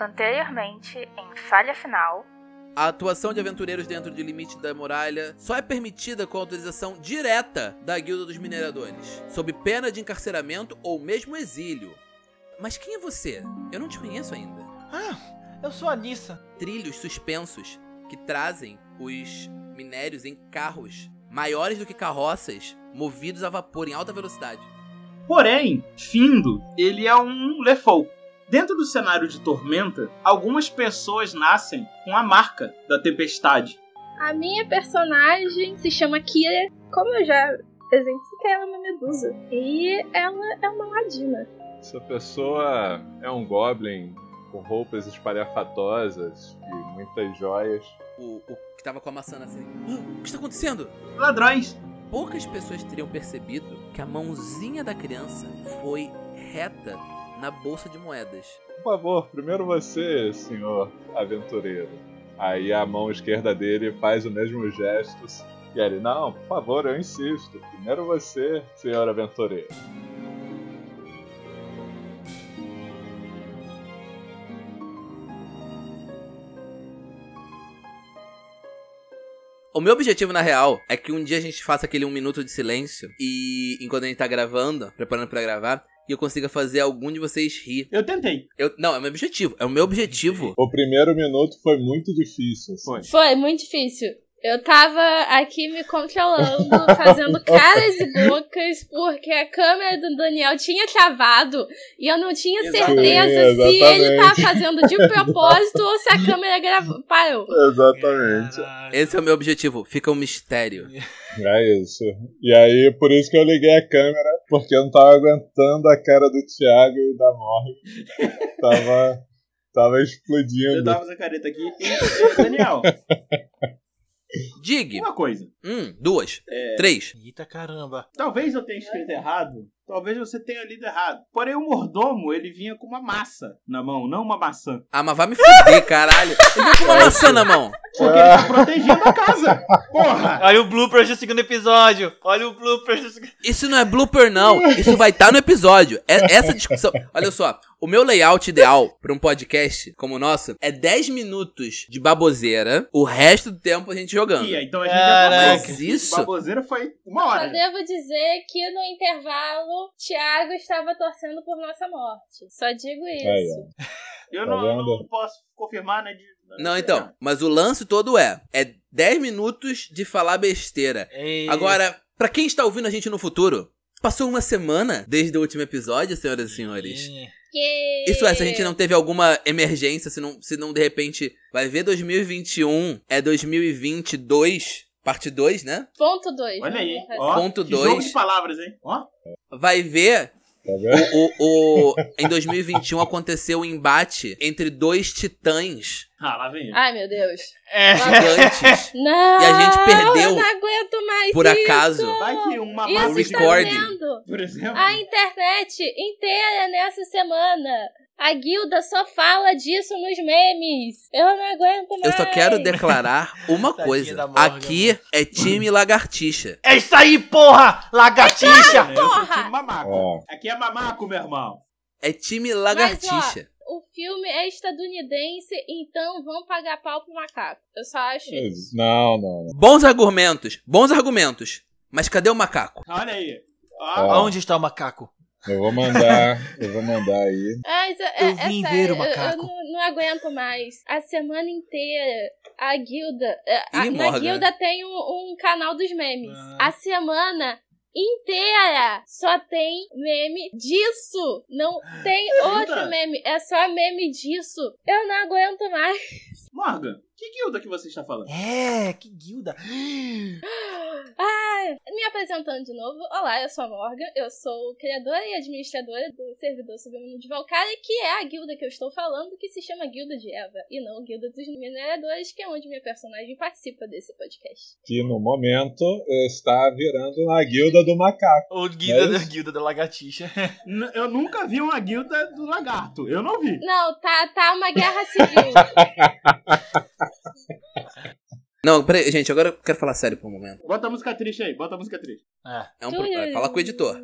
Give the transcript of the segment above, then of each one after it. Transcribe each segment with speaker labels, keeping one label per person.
Speaker 1: anteriormente em Falha Final,
Speaker 2: a atuação de aventureiros dentro do limite da muralha só é permitida com autorização direta da Guilda dos Mineradores, sob pena de encarceramento ou mesmo exílio. Mas quem é você? Eu não te conheço ainda.
Speaker 3: Ah, eu sou a Nissa.
Speaker 2: Trilhos suspensos que trazem os minérios em carros maiores do que carroças, movidos a vapor em alta velocidade.
Speaker 4: Porém, Findo, ele é um Lefou, Dentro do cenário de Tormenta, algumas pessoas nascem com a marca da tempestade.
Speaker 5: A minha personagem se chama Kira, como eu já exemplifiquei, ela é uma medusa. E ela é uma ladina.
Speaker 6: Essa pessoa é um goblin com roupas espalhafatosas e muitas joias.
Speaker 2: O, o que tava com a maçã assim. "Ah, o que está acontecendo?
Speaker 4: Ladrões!
Speaker 2: Poucas pessoas teriam percebido que a mãozinha da criança foi reta na bolsa de moedas.
Speaker 6: Por favor, primeiro você, senhor aventureiro. Aí a mão esquerda dele faz o mesmo gesto. E ele, não, por favor, eu insisto. Primeiro você, senhor aventureiro.
Speaker 2: O meu objetivo, na real, é que um dia a gente faça aquele um minuto de silêncio e enquanto a gente tá gravando, preparando pra gravar, e eu consiga fazer algum de vocês rir.
Speaker 4: Eu tentei.
Speaker 2: Eu, não, é meu objetivo. É o meu objetivo.
Speaker 6: O primeiro minuto foi muito difícil. assim.
Speaker 5: Foi muito difícil. Eu tava aqui me controlando, fazendo caras e bocas, porque a câmera do Daniel tinha travado e eu não tinha
Speaker 4: Exatamente.
Speaker 5: certeza se
Speaker 6: Exatamente.
Speaker 5: ele tava fazendo de propósito ou se a câmera gravou. Parou.
Speaker 6: Exatamente.
Speaker 3: Caraca.
Speaker 2: Esse é o meu objetivo. Fica um mistério.
Speaker 6: É isso. E aí, por isso que eu liguei a câmera, porque eu não tava aguentando a cara do Thiago e da Morgan. tava, tava
Speaker 4: Eu
Speaker 6: explodindo. Ah,
Speaker 4: dava essa careta aqui. E, Daniel,
Speaker 2: Dig.
Speaker 4: uma coisa.
Speaker 2: Um, duas,
Speaker 4: É,
Speaker 2: três.
Speaker 3: Eita caramba.
Speaker 4: talvez eu tenha escrito errado. Talvez você tenha lido errado. Porém, o mordomo, ele vinha com uma massa na mão, não uma maçã.
Speaker 2: Ah, mas vai me fuder, caralho. Ele veio com uma maçã na mão.
Speaker 4: Porque ele
Speaker 2: Ah.
Speaker 4: tá protegendo a casa. Porra!
Speaker 3: Olha o bloopers do segundo episódio. Olha o bloopers do segundo...
Speaker 2: Isso não é blooper, não. Isso vai estar no episódio. É- essa discussão. Olha só. O meu layout ideal pra um podcast como o nosso é 10 minutos de baboseira, o resto do tempo a gente jogando.
Speaker 4: Ih, então a gente
Speaker 3: Caraca.
Speaker 4: entrou
Speaker 2: Mas isso.
Speaker 4: Baboseira foi uma
Speaker 5: Só
Speaker 4: hora.
Speaker 5: devo dizer que no intervalo, Thiago estava torcendo por nossa morte. Só digo
Speaker 6: Aí,
Speaker 5: isso.
Speaker 6: ó.
Speaker 4: Eu
Speaker 6: Tá
Speaker 4: não,
Speaker 6: vendo?
Speaker 4: não posso confirmar, né? de-
Speaker 2: Não, então. Mas o lance todo é: é 10 minutos de falar besteira.
Speaker 3: Ei.
Speaker 2: Agora, pra quem está ouvindo a gente no futuro, passou uma semana desde o último episódio, senhoras e senhores.
Speaker 5: Que-
Speaker 2: Isso é, se a gente não teve alguma emergência, se não, se não de repente vai ver 2021, é 2022, parte 2, né?
Speaker 5: Ponto 2.
Speaker 4: Olha aí, hein? Ó,
Speaker 2: Ponto
Speaker 4: que
Speaker 2: dois.
Speaker 4: jogo de palavras, hein? Ó,
Speaker 2: Vai ver
Speaker 6: Tá vendo?
Speaker 2: o, o, em 2021 aconteceu o embate entre dois titãs
Speaker 4: ah, lá vem. ele.
Speaker 5: Ai, meu Deus.
Speaker 3: É.
Speaker 2: gigantes.
Speaker 5: Não!
Speaker 2: E a gente perdeu,
Speaker 5: Eu não aguento mais
Speaker 2: Por
Speaker 5: isso.
Speaker 2: acaso,
Speaker 4: Vai que uma
Speaker 5: Isso
Speaker 2: O
Speaker 4: massa,
Speaker 5: está
Speaker 2: recording.
Speaker 5: vendo?
Speaker 4: por exemplo.
Speaker 5: A internet inteira nessa semana. A guilda só fala disso nos memes. Eu não aguento
Speaker 2: Eu
Speaker 5: mais.
Speaker 2: só quero declarar uma
Speaker 3: Tadinha
Speaker 2: coisa.
Speaker 3: da Morgan. Hum.
Speaker 2: Aqui é time lagartixa.
Speaker 3: É isso aí, porra! Lagartixa!
Speaker 4: É, eu sou
Speaker 5: porra!
Speaker 4: time mamaco.
Speaker 6: Ó,
Speaker 4: Aqui é mamaco, meu irmão.
Speaker 2: É time lagartixa.
Speaker 5: O filme é estadunidense, então vão pagar pau pro macaco. Eu só acho isso.
Speaker 6: é não, não.
Speaker 2: Bons argumentos, bons argumentos. Mas cadê o macaco?
Speaker 4: Olha aí. Ó,
Speaker 6: Ó.
Speaker 3: Onde está o macaco?
Speaker 6: Eu vou mandar. eu vou mandar aí.
Speaker 5: Mas, é,
Speaker 3: Eu
Speaker 5: é
Speaker 3: vim
Speaker 5: sério,
Speaker 3: ver o
Speaker 5: eu-
Speaker 3: macaco.
Speaker 5: Eu, não, não aguento mais. A semana inteira, a guilda. é, a-
Speaker 2: Ih,
Speaker 5: na
Speaker 2: Morgan.
Speaker 5: guilda tem um, um canal dos memes.
Speaker 3: né? Ah.
Speaker 5: A semana inteira só tem meme disso. Não tem outro meme. É só meme disso. Eu não aguento mais.
Speaker 4: Morgan, que guilda que você está falando?
Speaker 3: É, que guilda.
Speaker 5: Me apresentando de novo. Olá, eu sou a Morgan. Eu sou criadora e administradora do servidor submarino de Valkyrie, que é a guilda que eu estou falando, que se chama Guilda de Eva, e não Guilda dos Mineradores, que é onde minha personagem participa desse podcast.
Speaker 6: Que no momento está virando na guilda do macaco.
Speaker 3: O guilda,
Speaker 6: Mas-
Speaker 3: da guilda da lagartixa.
Speaker 4: N- eu nunca vi uma guilda do lagarto. Eu não vi.
Speaker 5: Não, tá, tá uma guerra civil.
Speaker 2: Não, peraí, gente, agora eu quero falar sério por um momento.
Speaker 4: Bota a música triste aí, bota a música triste.
Speaker 3: É.
Speaker 2: É um pro... é, Fala com o editor.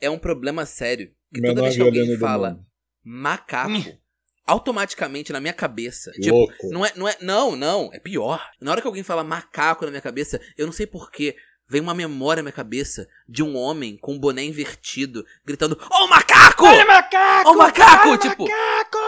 Speaker 2: É um problema sério. Que toda
Speaker 6: Menor
Speaker 2: vez que alguém
Speaker 6: violino do
Speaker 2: fala
Speaker 6: mundo.
Speaker 3: Hum.
Speaker 2: macaco. Automaticamente na minha cabeça. Tipo,
Speaker 6: Louco.
Speaker 2: não é, não é, não, não, é pior. Na hora que alguém fala macaco na minha cabeça, eu não sei porquê, vem uma memória na minha cabeça de um homem com um boné invertido, gritando: Ó, o macaco!
Speaker 3: Olha o macaco!
Speaker 2: Ó o macaco,
Speaker 3: Olha o
Speaker 2: tipo-
Speaker 3: macaco!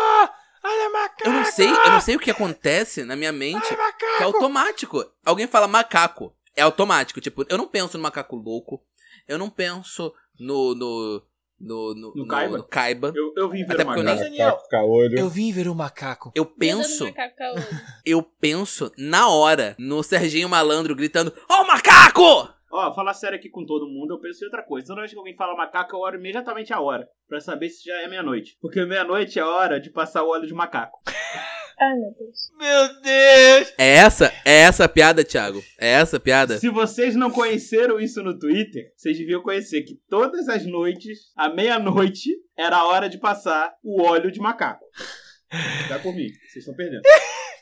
Speaker 3: Olha o macaco!
Speaker 2: Eu não sei, eu não sei o que acontece na minha
Speaker 3: Olha
Speaker 2: mente.
Speaker 3: o macaco!
Speaker 2: Que é automático. Alguém fala macaco. É automático. Tipo, eu não penso no macaco louco. Eu não penso no. No. No. No,
Speaker 4: No Kaiba?
Speaker 2: no Kaiba.
Speaker 4: Eu, eu vim ver
Speaker 2: Até
Speaker 4: o
Speaker 2: porque eu
Speaker 4: macaco.
Speaker 2: nem-
Speaker 3: Daniel.
Speaker 6: Macaco caolho.
Speaker 3: Eu vim ver o macaco.
Speaker 2: Eu
Speaker 5: Dedo
Speaker 2: penso,
Speaker 5: no macaco caolho.
Speaker 2: eu penso na hora no Serginho Malandro gritando: Ó, o macaco!
Speaker 4: Ó, falar sério aqui com todo mundo, eu penso em outra coisa. Toda vez que alguém fala macaco, eu olho imediatamente a hora. Pra saber se já é meia-noite. Porque meia-noite é a hora de passar o óleo de macaco.
Speaker 5: Ai, meu Deus.
Speaker 3: Meu Deus!
Speaker 2: É essa? É essa a piada, Thiago? É essa a piada?
Speaker 4: Se vocês não conheceram isso no Twitter, vocês deviam conhecer que todas as noites, à meia-noite, era a hora de passar o óleo de macaco. Dá por mim, vocês estão perdendo.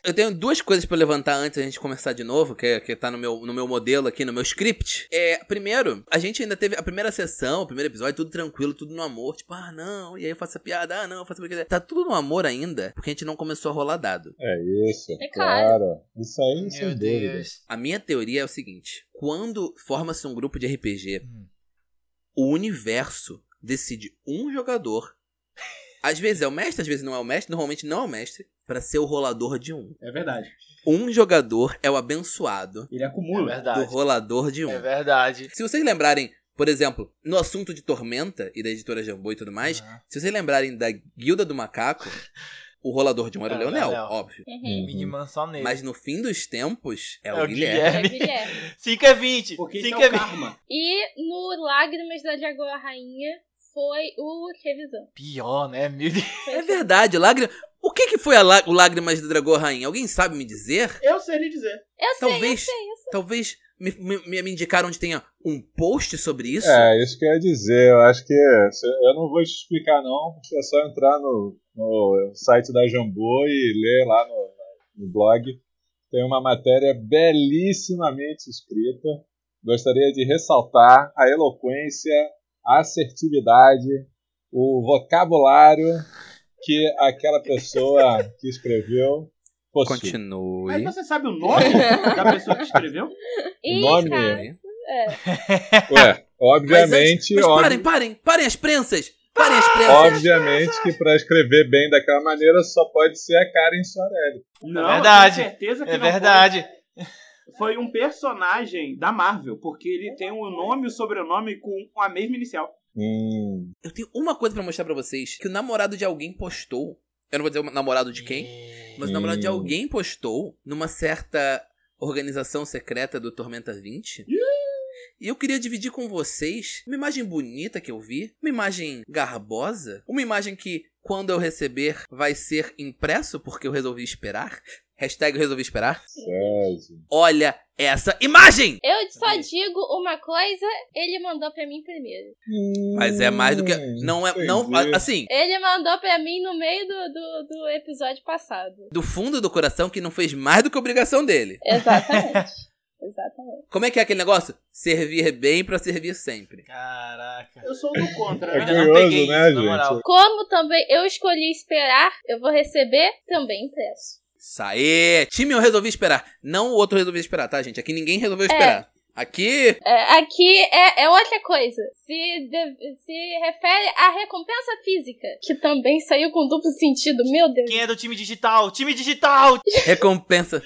Speaker 4: É
Speaker 2: Eu tenho duas coisas pra levantar antes da gente começar de novo, que, que tá no meu, no meu modelo aqui, no meu script. É, primeiro, a gente ainda teve a primeira sessão, o primeiro episódio, tudo tranquilo, tudo no amor. Tipo, ah, não, e aí eu faço a piada, ah, não, eu faço a brincadeira. Tá tudo no amor ainda, porque a gente não começou a rolar dado.
Speaker 6: É isso.
Speaker 5: É claro.
Speaker 6: claro. Isso aí, sem
Speaker 3: Meu
Speaker 6: dúvida.
Speaker 3: Deus.
Speaker 2: A minha teoria é o seguinte: quando forma-se um grupo de RPG,
Speaker 3: Hum.
Speaker 2: o universo decide um jogador. Às vezes é o mestre, às vezes não é o mestre, normalmente não é o mestre, pra ser o rolador de um.
Speaker 4: É verdade.
Speaker 2: Um jogador é o abençoado
Speaker 4: Ele
Speaker 3: É
Speaker 4: acumula.
Speaker 2: do
Speaker 3: verdade.
Speaker 2: rolador de um.
Speaker 3: É verdade.
Speaker 2: Se vocês lembrarem, por exemplo, no assunto de Tormenta e da editora Jambô e tudo mais,
Speaker 3: Aham.
Speaker 2: se vocês lembrarem da Guilda do Macaco, o rolador de um era o
Speaker 3: Era o
Speaker 2: Leonel,
Speaker 3: Leonel.
Speaker 2: óbvio.
Speaker 5: Uhum.
Speaker 6: Uhum.
Speaker 3: Miniman só nele.
Speaker 2: Mas no fim dos tempos, é, o,
Speaker 3: É o
Speaker 2: Guilherme.
Speaker 3: Guilherme.
Speaker 5: É o Guilherme.
Speaker 3: 5 é 20.
Speaker 4: Porque
Speaker 3: 5
Speaker 4: isso
Speaker 3: é
Speaker 2: um
Speaker 4: é o
Speaker 3: 20.
Speaker 4: karma.
Speaker 5: E no Lágrimas da Jaguar Rainha foi o Revisão.
Speaker 3: Pior, né? Meu Deus.
Speaker 2: É verdade, lágrima. O que, que foi a lá- o Lágrimas do Dragão Rainha? Alguém sabe me dizer?
Speaker 4: Eu sei lhe dizer.
Speaker 5: Eu sei,
Speaker 2: Talvez.
Speaker 5: eu sei, eu sei.
Speaker 2: Talvez me, me, me indicaram onde tenha um post sobre isso.
Speaker 6: É, isso que eu ia dizer. Eu acho que. se- Eu não vou te explicar, não, porque é só entrar no, no site da Jambô e ler lá no, no blog. Tem uma matéria belíssimamente escrita. Gostaria de ressaltar a eloquência, a assertividade, o vocabulário que aquela pessoa que escreveu possui.
Speaker 2: Continue.
Speaker 4: Mas você sabe o nome da pessoa que
Speaker 3: É
Speaker 4: escreveu?
Speaker 5: E,
Speaker 6: nome-
Speaker 5: cara,
Speaker 2: Mas
Speaker 6: Ué, obviamente. Ah!
Speaker 2: antes- mas
Speaker 6: obvi-
Speaker 2: parem, parem, parem as prensas! Parem as prensas!
Speaker 6: Obviamente que pra escrever bem daquela maneira só pode ser a Karen Soarelli.
Speaker 4: Não,
Speaker 3: verdade.
Speaker 4: eu tenho certeza que
Speaker 3: É
Speaker 4: não foi.
Speaker 3: verdade.
Speaker 4: Foi um personagem da Marvel, porque ele tem o nome e o sobrenome com com a mesma inicial.
Speaker 6: Hum,
Speaker 2: Eu tenho uma coisa pra mostrar pra vocês: que o namorado de alguém postou. Eu não vou dizer o namorado de quem, mas o namorado de
Speaker 6: Hum.
Speaker 2: alguém postou numa certa organização secreta do Tormenta 20. E eu queria dividir com vocês uma imagem bonita que eu vi, uma imagem garbosa, uma imagem que, quando eu receber, vai ser impresso porque eu resolvi esperar. Hashtag eu resolvi esperar.
Speaker 6: Sérgio.
Speaker 2: Olha essa imagem!
Speaker 5: eu só digo uma coisa, ele mandou pra mim primeiro.
Speaker 2: Mas é mais do que. Não é. Não,
Speaker 6: Hum, Entendi.
Speaker 2: assim,
Speaker 5: Ele mandou pra mim no meio do, do, do episódio passado.
Speaker 2: do fundo do coração que não fez mais do que obrigação dele.
Speaker 5: Exatamente. Exatamente.
Speaker 2: Como é que é aquele negócio? Servir bem pra servir sempre.
Speaker 3: Caraca.
Speaker 4: Eu sou do contra,
Speaker 6: É
Speaker 4: né?
Speaker 3: Eu não
Speaker 6: curioso,
Speaker 3: peguei
Speaker 6: né,
Speaker 3: isso, na moral.
Speaker 6: gente?
Speaker 5: Como também eu escolhi esperar, eu vou receber também impresso.
Speaker 2: Isso aí! Time eu resolvi esperar. Não o outro resolveu esperar, tá, gente? Aqui ninguém resolveu
Speaker 4: É.
Speaker 2: esperar. Aqui.
Speaker 5: É, aqui é, é outra coisa. Se, de- se refere à recompensa física, que também saiu com duplo sentido. Meu Deus.
Speaker 3: Quem é do time digital? Time digital!
Speaker 2: Recompensa.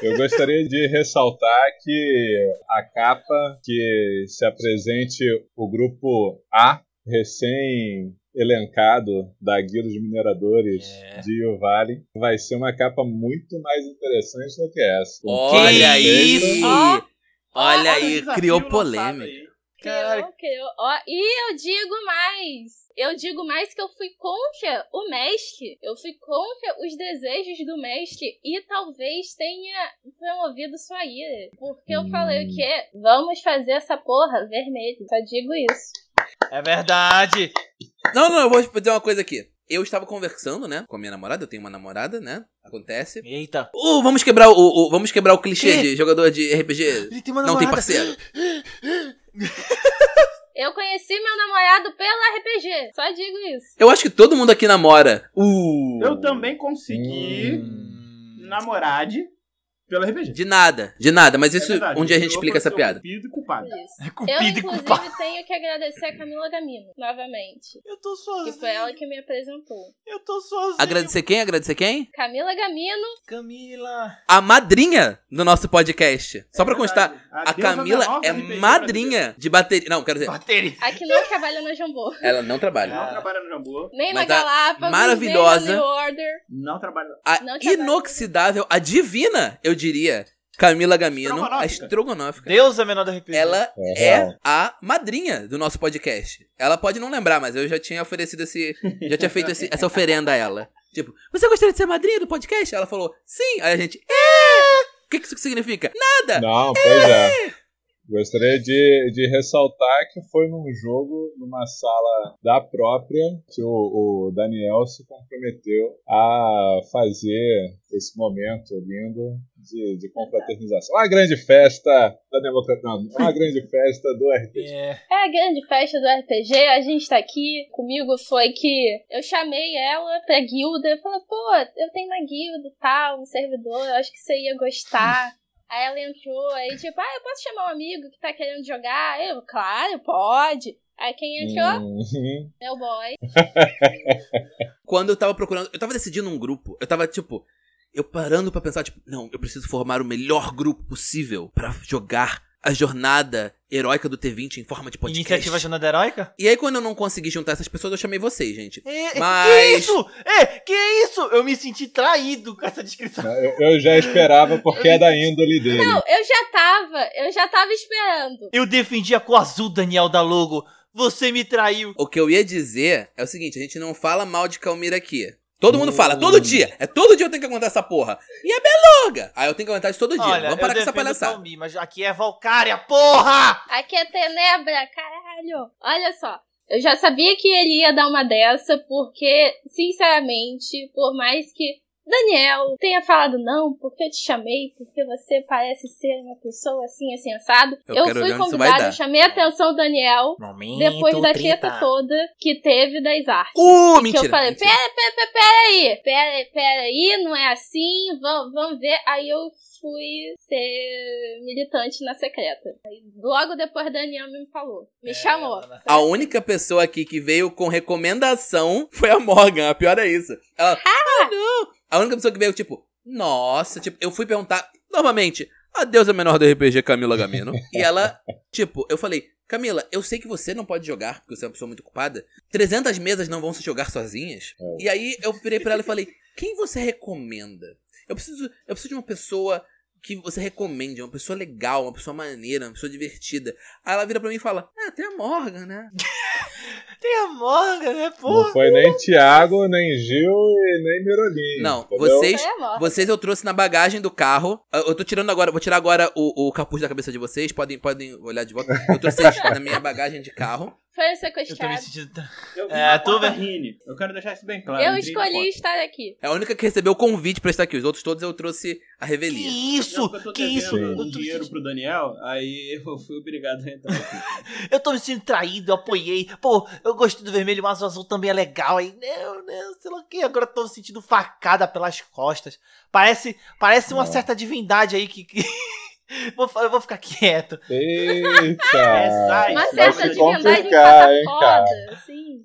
Speaker 6: Eu gostaria de ressaltar que a capa que se apresente o grupo A, recém elencado da Guilda dos Mineradores
Speaker 3: É.
Speaker 6: de Rio Vale, vai ser uma capa muito mais interessante do que essa.
Speaker 2: Olha
Speaker 3: Que
Speaker 2: aí!
Speaker 3: isso?
Speaker 2: Olha aí,
Speaker 4: o desafio
Speaker 2: criou
Speaker 4: lançado
Speaker 2: polêmica.
Speaker 4: aí.
Speaker 5: Criou,
Speaker 3: Caralho.
Speaker 5: criou. Ó, e eu digo mais. Eu digo mais que eu fui contra o mestre. Eu fui contra os desejos do mestre e talvez tenha promovido sua ira. Porque eu
Speaker 6: Hum.
Speaker 5: falei o quê? Vamos fazer essa porra vermelho. Só digo isso.
Speaker 3: É verdade.
Speaker 2: Não, não, eu vou dizer uma coisa aqui. Eu estava conversando, né? Com a minha namorada, eu tenho uma namorada, né? Acontece.
Speaker 3: Eita.
Speaker 2: Uh, vamos quebrar o, o- vamos quebrar o clichê
Speaker 3: Quê?
Speaker 2: de jogador de RPG.
Speaker 3: Ele tem uma
Speaker 2: Não tem
Speaker 3: namorada.
Speaker 2: parceiro.
Speaker 5: Eu conheci meu namorado pela RPG. Só digo isso.
Speaker 2: Eu acho que todo mundo aqui namora. Uh.
Speaker 4: Eu também
Speaker 3: Hum.
Speaker 4: consegui
Speaker 2: Hum.
Speaker 4: namorar de pela RPG.
Speaker 2: De nada, de nada, mas isso
Speaker 4: É verdade,
Speaker 2: um dia a
Speaker 4: eu
Speaker 2: gente
Speaker 4: sou
Speaker 2: explica essa
Speaker 4: seu
Speaker 2: piada.
Speaker 4: Cupido e culpado.
Speaker 5: Isso.
Speaker 3: É
Speaker 5: Eu,
Speaker 3: cupido e culpado.
Speaker 5: inclusive, tenho que agradecer a Camila Gamino, novamente.
Speaker 3: Eu tô
Speaker 5: Que
Speaker 3: sozinho.
Speaker 5: foi ela que me apresentou.
Speaker 3: Eu tô sozinho.
Speaker 2: Agradecer quem? Agradecer quem?
Speaker 5: Camila Gamino,
Speaker 3: Camila.
Speaker 2: A madrinha do nosso podcast. Só pra constar, tá? a
Speaker 4: É deusa da
Speaker 2: Camila
Speaker 4: nossa
Speaker 2: é
Speaker 4: RPG
Speaker 2: madrinha de bateria. Não, quero dizer,
Speaker 3: Bateria.
Speaker 5: a que não trabalha na Jambô.
Speaker 2: ela não
Speaker 4: brasileira.
Speaker 2: trabalha.
Speaker 4: Não trabalha no Jambô.
Speaker 2: Mas
Speaker 5: Nem na
Speaker 2: a
Speaker 5: Galápagos,
Speaker 2: maravilhosa-
Speaker 5: nem na New Order.
Speaker 4: Não trabalha.
Speaker 2: A
Speaker 5: Não trabalha.
Speaker 2: inoxidável, a divina, eu diria, Camila Gamino, a
Speaker 4: Estrogonófica.
Speaker 2: estrogonófica.
Speaker 3: Deus é menor da RPG.
Speaker 2: Ela
Speaker 6: É
Speaker 2: é a madrinha do nosso podcast. Ela pode não lembrar, mas eu já tinha oferecido esse. Já tinha feito esse- essa oferenda a ela. Tipo, você gostaria de ser madrinha do podcast? Ela falou, sim. Aí a gente, é! O que que isso significa? Nada!
Speaker 6: Não, pois é. Gostaria de, de ressaltar que foi num jogo, numa sala da própria, que o, o Daniel se comprometeu a fazer esse momento lindo de, de confraternização. Uma grande festa da democracia. Não, uma grande festa do RPG.
Speaker 3: É.
Speaker 5: É a grande festa do RPG, a gente tá aqui. Comigo foi que eu chamei ela pra guilda. Eu falei, pô, eu tenho uma guilda e tal, um servidor, eu acho que você ia gostar. Aí ela entrou, aí tipo, ah, eu posso chamar um amigo que tá querendo jogar? Eu, claro, pode. Aí quem
Speaker 2: Hum.
Speaker 5: entrou?
Speaker 6: Uhum.
Speaker 5: Meu boy.
Speaker 2: Quando eu tava procurando, eu tava decidindo um grupo, eu tava tipo, eu parando pra pensar, tipo, não, eu preciso formar o melhor grupo possível pra jogar a jornada heróica do T20 em forma de podcast.
Speaker 3: Iniciativa Jornada Heróica?
Speaker 2: E aí, quando eu não consegui juntar essas pessoas, eu chamei vocês, gente.
Speaker 3: É, Que
Speaker 2: Mas-
Speaker 3: isso? É, que isso? Eu me senti traído com essa descrição.
Speaker 6: Eu, eu já esperava porque é da índole dele.
Speaker 5: Não, eu já tava, eu já tava esperando.
Speaker 3: Eu defendi a cor azul, Daniel da Logo. Você me traiu.
Speaker 2: O que eu ia dizer é o seguinte: a gente não fala mal de Calmir aqui. Todo mundo
Speaker 6: Hum.
Speaker 2: fala, todo dia. É todo dia eu tenho que aguentar essa porra. E é beluga! Aí eu tenho que aguentar isso todo dia.
Speaker 3: Olha,
Speaker 2: Vamos parar
Speaker 3: eu
Speaker 2: com essa
Speaker 3: defendo
Speaker 2: palhaçada.
Speaker 3: Calmi, mas aqui é Valkyria, porra!
Speaker 5: Aqui é Tenebra, caralho. Olha só. Eu já sabia que ele ia dar uma dessa, porque, sinceramente, por mais que Daniel tenha falado não, porque eu te chamei, porque você parece ser uma pessoa assim, assim, assado.
Speaker 2: Eu
Speaker 5: Eu,
Speaker 2: quero ver
Speaker 5: fui
Speaker 2: onde isso vai
Speaker 5: convidada,
Speaker 2: dar.
Speaker 5: eu chamei a atenção do Daniel,
Speaker 3: Momento
Speaker 5: depois é da treta toda que teve das artes.
Speaker 2: Uh,
Speaker 5: Que
Speaker 2: mentira.
Speaker 5: eu falei,
Speaker 2: mentira.
Speaker 5: pera, pera, pera, pera aí, pera, pera aí, não é assim, vamos, vamos ver. Aí eu fui ser militante na secreta. Aí, logo depois Daniel me falou, me chamou.
Speaker 3: É, ela-
Speaker 2: A única pessoa aqui que veio com recomendação foi a Morgan. A pior é isso. Ela. Ah, não! A única pessoa que veio, tipo, nossa, tipo, eu fui perguntar novamente. A deusa menor do RPG, Camila Gamino. e ela, tipo, eu falei, Camila, eu sei que você não pode jogar, porque você é uma pessoa muito ocupada. 300 mesas não vão se jogar sozinhas.
Speaker 6: É.
Speaker 2: E aí eu virei pra ela e falei, quem você recomenda? Eu preciso, eu preciso de uma pessoa que você recomende, uma pessoa legal, uma pessoa maneira, uma pessoa divertida. Aí ela vira pra mim e fala, ah, tem a Morgan, né?
Speaker 3: Tem a Morgan, né,
Speaker 6: Não
Speaker 3: porra?
Speaker 6: foi nem Tiago, nem Gil e nem Mirolinho.
Speaker 2: Não,
Speaker 6: entendeu?
Speaker 2: vocês.
Speaker 5: Foi a morte.
Speaker 2: Vocês eu trouxe na bagagem do carro. Eu eu tô tirando agora, vou tirar agora o, o capuz da cabeça de vocês. Podem, podem olhar de volta. Eu trouxe vocês na minha bagagem de carro.
Speaker 5: Foi
Speaker 3: Eu
Speaker 5: o
Speaker 3: tô me
Speaker 5: sequestrado.
Speaker 3: sentindo...
Speaker 4: Eu vim
Speaker 3: É,
Speaker 4: na
Speaker 3: tô
Speaker 4: quarta
Speaker 3: vendo.
Speaker 4: Rine. Eu quero deixar isso bem claro.
Speaker 5: Eu
Speaker 4: entrei na
Speaker 5: escolhi
Speaker 4: quarta.
Speaker 5: estar aqui.
Speaker 2: É a única que recebeu o convite pra estar aqui. Os outros todos eu trouxe a revelia.
Speaker 3: Que
Speaker 4: Não,
Speaker 3: isso?
Speaker 4: porque eu tô
Speaker 3: que
Speaker 4: devendo
Speaker 3: isso?
Speaker 4: um
Speaker 3: Eu tô, me
Speaker 4: dinheiro
Speaker 3: sentindo...
Speaker 4: pro Daniel, aí eu fui obrigado a entrar.
Speaker 3: eu tô me sentindo traído, eu apoiei. Pô, eu gostei do vermelho, mas o azul também é legal. Aí, não, não, sei lá o que. Agora eu tô me sentindo facada pelas costas. Parece, parece uma
Speaker 6: Não.
Speaker 3: certa divindade aí que... que- vou, fa- eu vou ficar quieto. É,
Speaker 6: Eita!
Speaker 3: sai.
Speaker 5: Uma
Speaker 3: Vai
Speaker 5: certa
Speaker 6: se
Speaker 5: divindade é
Speaker 6: complicar, hein,
Speaker 5: foda, sim.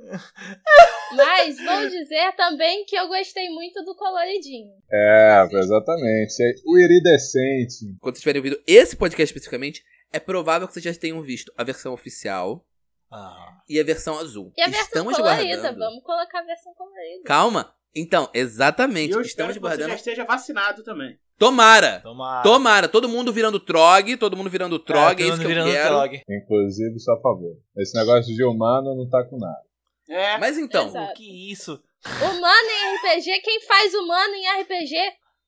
Speaker 5: Mas vou dizer também que eu gostei muito do coloridinho.
Speaker 6: é, exatamente. É O iridescente.
Speaker 2: Quando vocês tiverem ouvido esse podcast especificamente, é provável que vocês já tenham visto a versão oficial
Speaker 3: Ah.
Speaker 2: e a versão azul.
Speaker 5: E a versão
Speaker 2: Estamos
Speaker 5: colorida,
Speaker 2: guardando.
Speaker 5: vamos colocar a versão colorida.
Speaker 2: Calma. Então,
Speaker 4: E
Speaker 2: exatamente.
Speaker 4: eu espero
Speaker 2: Estamos
Speaker 4: que você
Speaker 2: guardando.
Speaker 4: já esteja vacinado também.
Speaker 2: Tomara!
Speaker 3: Toma.
Speaker 2: Tomara, todo mundo virando trog, todo mundo virando trog, é,
Speaker 3: todo
Speaker 2: isso
Speaker 3: mundo
Speaker 2: que eu
Speaker 3: virando
Speaker 2: quero.
Speaker 3: trog.
Speaker 6: Inclusive, só a favor. Esse negócio de humano não tá com nada.
Speaker 4: É.
Speaker 2: Mas então,
Speaker 5: Exato.
Speaker 3: Pô, que isso?
Speaker 5: Humano em RPG, quem faz humano em RPG?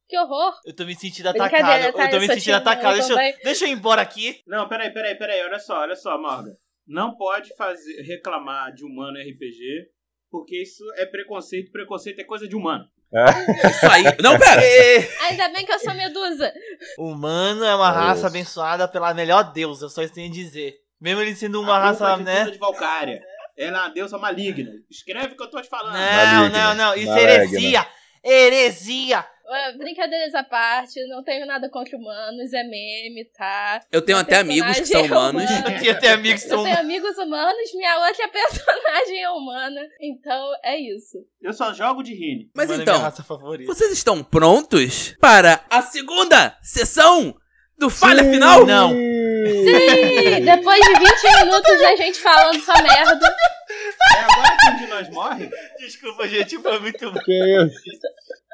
Speaker 5: Que horror.
Speaker 3: Eu tô me sentindo
Speaker 5: Brincadeira,
Speaker 3: atacado.
Speaker 5: tá?
Speaker 3: Eu tô
Speaker 5: Eu
Speaker 3: me
Speaker 5: sou
Speaker 3: sentindo
Speaker 5: tímida,
Speaker 3: atacado.
Speaker 5: eu
Speaker 3: Deixa eu,
Speaker 5: também.
Speaker 3: deixa eu ir embora aqui.
Speaker 4: Não, peraí, peraí, peraí. Olha só, olha só, Morgan. Não pode fazer, reclamar de humano RPG, porque isso é preconceito. Preconceito é coisa de humano.
Speaker 2: isso aí. Não, pera!
Speaker 5: Ainda bem que eu sou medusa.
Speaker 3: Humano é uma
Speaker 6: Nossa.
Speaker 3: raça abençoada pela melhor deusa, eu só isso tenho a dizer. Mesmo ele sendo
Speaker 4: A
Speaker 3: uma
Speaker 5: Ah,
Speaker 4: culpa
Speaker 3: raça,
Speaker 4: de
Speaker 3: né?
Speaker 4: Duna de Valcária. Ela é uma deusa maligna. Escreve o que eu tô te falando.
Speaker 3: Não,
Speaker 6: Maligna,
Speaker 3: não, não. Isso é
Speaker 6: maligna.
Speaker 3: heresia. Heresia.
Speaker 5: Ué, Brincadeiras à parte, não tenho nada contra humanos, é meme, tá?
Speaker 2: Eu tenho
Speaker 5: Meu
Speaker 2: até amigos que são
Speaker 5: personagem é
Speaker 2: humanos.
Speaker 5: humano.
Speaker 3: Eu tinha até amigos que um-
Speaker 5: Eu
Speaker 3: são...
Speaker 5: tenho amigos humanos, minha outra personagem é humana. Então é isso.
Speaker 4: Eu só jogo de Rine.
Speaker 2: Mas
Speaker 3: Mano, é
Speaker 2: então,
Speaker 3: Minha raça favorita.
Speaker 2: vocês estão prontos para a segunda sessão do Falha Final?
Speaker 3: Não.
Speaker 5: Sim! Depois de 20 minutos da gente falando essa merda.
Speaker 4: É agora que um de nós morre?
Speaker 3: Desculpa, gente. Foi muito...
Speaker 6: Que isso?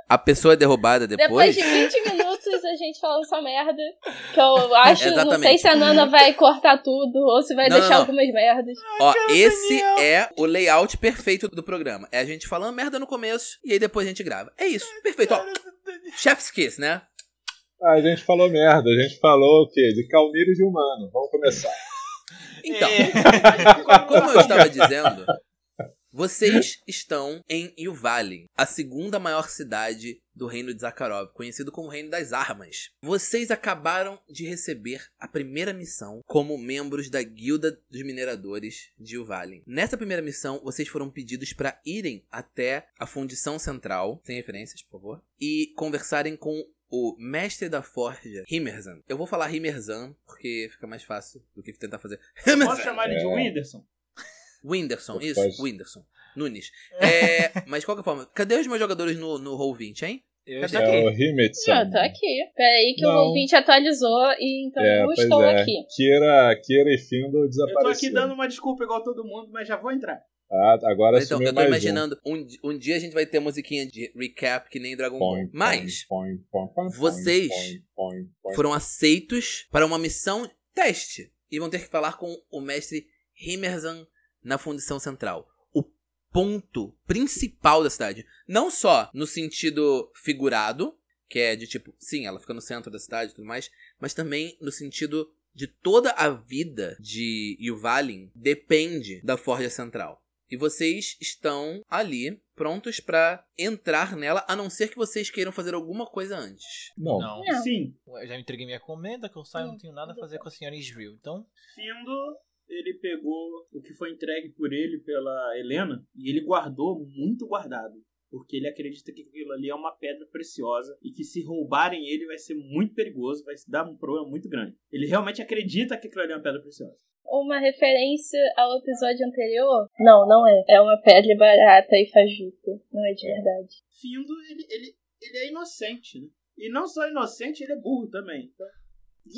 Speaker 2: A pessoa é derrubada depois?
Speaker 5: Depois de 20 minutos a gente falando essa merda. Que eu acho, não sei
Speaker 2: Exatamente.
Speaker 5: se a Nana vai cortar tudo ou se vai
Speaker 2: Não,
Speaker 5: deixar
Speaker 2: não, não.
Speaker 5: algumas merdas.
Speaker 2: Ó, esse é o layout perfeito do programa. É a gente falando merda no começo e aí depois a gente grava. É isso, perfeito. Ó, Chef's Kiss, né?
Speaker 6: Ah, A gente falou merda, a gente falou o quê? De Calmírio e de humano. Vamos começar.
Speaker 2: Então,
Speaker 3: É.
Speaker 2: como eu estava dizendo, vocês estão em Yuvalin, a segunda maior cidade do reino de Zakharov, conhecido como Reino das Armas. Vocês acabaram de receber a primeira missão como membros da Guilda dos Mineradores de Yuvalin. Nessa primeira missão, vocês foram pedidos para irem até a Fundição Central, sem referências, por favor, e conversarem com o mestre da forja, Himerzan. Eu vou falar Himerzan, porque fica mais fácil do que tentar fazer. Himerzan!
Speaker 4: Posso chamar ele de Whindersson?
Speaker 2: Whindersson,
Speaker 6: Tanto
Speaker 2: isso,
Speaker 6: faz.
Speaker 2: Whindersson. Nunes. É, mas de qualquer forma, cadê os meus jogadores no, no Roll20, hein?
Speaker 3: Eu
Speaker 4: Tá
Speaker 3: já
Speaker 6: É o
Speaker 3: aqui.
Speaker 6: Himetsan.
Speaker 5: Eu tô Ah, tá aqui. Peraí que
Speaker 6: Não.
Speaker 5: o ouvinte atualizou e então
Speaker 6: É,
Speaker 5: eu
Speaker 6: pois
Speaker 5: estou
Speaker 6: é.
Speaker 5: aqui.
Speaker 6: Kira, Kira e Findo
Speaker 4: Eu tô aqui
Speaker 6: desapareceram.
Speaker 4: dando uma desculpa igual todo mundo, mas já vou entrar.
Speaker 6: Ah, agora
Speaker 2: então,
Speaker 6: sumiu
Speaker 2: eu tô
Speaker 6: mais um.
Speaker 2: imaginando, um, di- um dia a gente vai ter musiquinha de recap que nem Dragon Ball.
Speaker 6: Põe, põe,
Speaker 2: Mas
Speaker 6: põe, põe, põe, põe,
Speaker 2: vocês
Speaker 6: põe, põe, põe.
Speaker 2: foram aceitos para uma missão teste e vão ter que falar com o mestre Himerzan na Fundição Central. O ponto principal da cidade. Não só no sentido figurado, que é de tipo, sim, ela fica no centro da cidade e tudo mais, mas também no sentido de toda a vida de Yuvalin depende da Forja Central. E vocês estão ali prontos pra entrar nela, a não ser que vocês queiram fazer alguma coisa antes.
Speaker 6: Não,
Speaker 3: Não.
Speaker 5: Não.
Speaker 4: Sim.
Speaker 3: Eu já entreguei minha comenda, que eu saio, não tenho nada a fazer com a senhora Israel. Então,
Speaker 4: Findo, ele pegou o que foi entregue por ele pela Helena e ele guardou muito guardado. Porque ele acredita que aquilo ali é uma pedra preciosa e que se roubarem ele vai ser muito perigoso, vai se dar um problema muito grande. Ele realmente acredita que aquilo ali é uma pedra preciosa.
Speaker 5: Uma referência ao episódio anterior? Não, não é. É uma pedra barata e fajuta. Não é de verdade.
Speaker 4: Findo, ele, ele, ele é inocente, né? E não só inocente, ele é burro também. Então,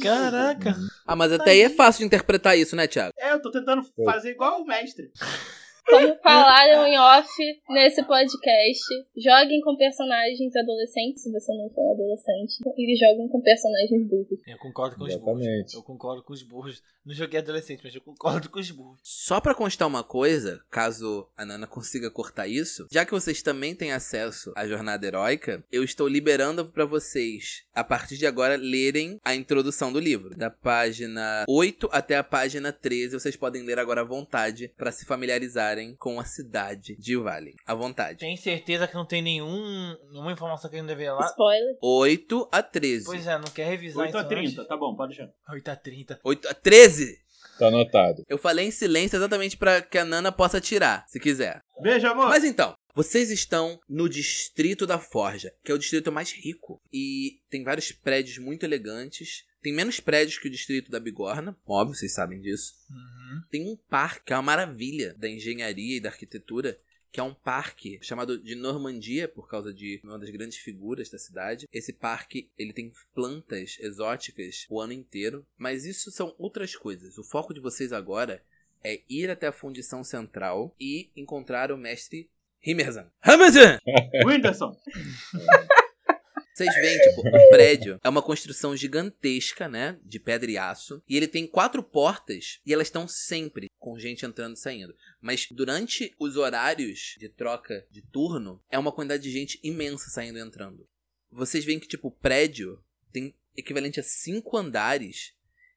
Speaker 3: caraca.
Speaker 2: Ah, mas até aí é fácil de interpretar isso, né, Thiago?
Speaker 4: É, eu tô tentando fazer igual o mestre.
Speaker 5: Como falaram em off nesse podcast, joguem com personagens adolescentes, se você não for um adolescente, e joguem com personagens burros.
Speaker 3: Eu concordo com os burros.
Speaker 6: Exatamente.
Speaker 3: Eu concordo com os burros. Não joguei é adolescente, mas eu concordo com os burros.
Speaker 2: Só pra constar uma coisa, caso a Nana consiga cortar isso, já que vocês também têm acesso à jornada heróica, eu estou liberando pra vocês, a partir de agora, lerem a introdução do livro. Da página 8 até a página 13, vocês podem ler agora à vontade pra se familiarizarem com a cidade de Vale. À vontade.
Speaker 3: Tem certeza que não tem nenhum, nenhuma informação que ele não deveria lá?
Speaker 5: Spoiler.
Speaker 2: 8 a 13.
Speaker 3: Pois é, não quer revisar
Speaker 4: 8 a
Speaker 3: isso
Speaker 4: 30, tá bom, pode deixar.
Speaker 3: 8 a 30.
Speaker 2: 8 a 13!
Speaker 6: Tá anotado.
Speaker 2: Eu falei em silêncio exatamente pra que a Nana possa tirar, se quiser.
Speaker 4: Beijo, amor.
Speaker 2: Mas então, vocês estão no distrito da Forja, que é o distrito mais rico. E tem vários prédios muito elegantes. Tem menos prédios que o distrito da Bigorna, óbvio, vocês sabem disso.
Speaker 3: Uhum.
Speaker 2: Tem um parque, que é uma maravilha da engenharia e da arquitetura, que é um parque chamado de Normandia, por causa de uma das grandes figuras da cidade. Esse parque, ele tem plantas exóticas o ano inteiro, mas isso são outras coisas. O foco de vocês agora é ir até a fundição central e encontrar o mestre Himerzan. Himerzan!
Speaker 4: Whindersson.
Speaker 2: Vocês veem, tipo, o prédio é uma construção gigantesca, né? De pedra e aço. E ele tem quatro portas e elas estão sempre com gente entrando e saindo. Mas durante os horários de troca de turno, é uma quantidade de gente imensa saindo e entrando. Vocês veem que, tipo, o prédio tem equivalente a cinco andares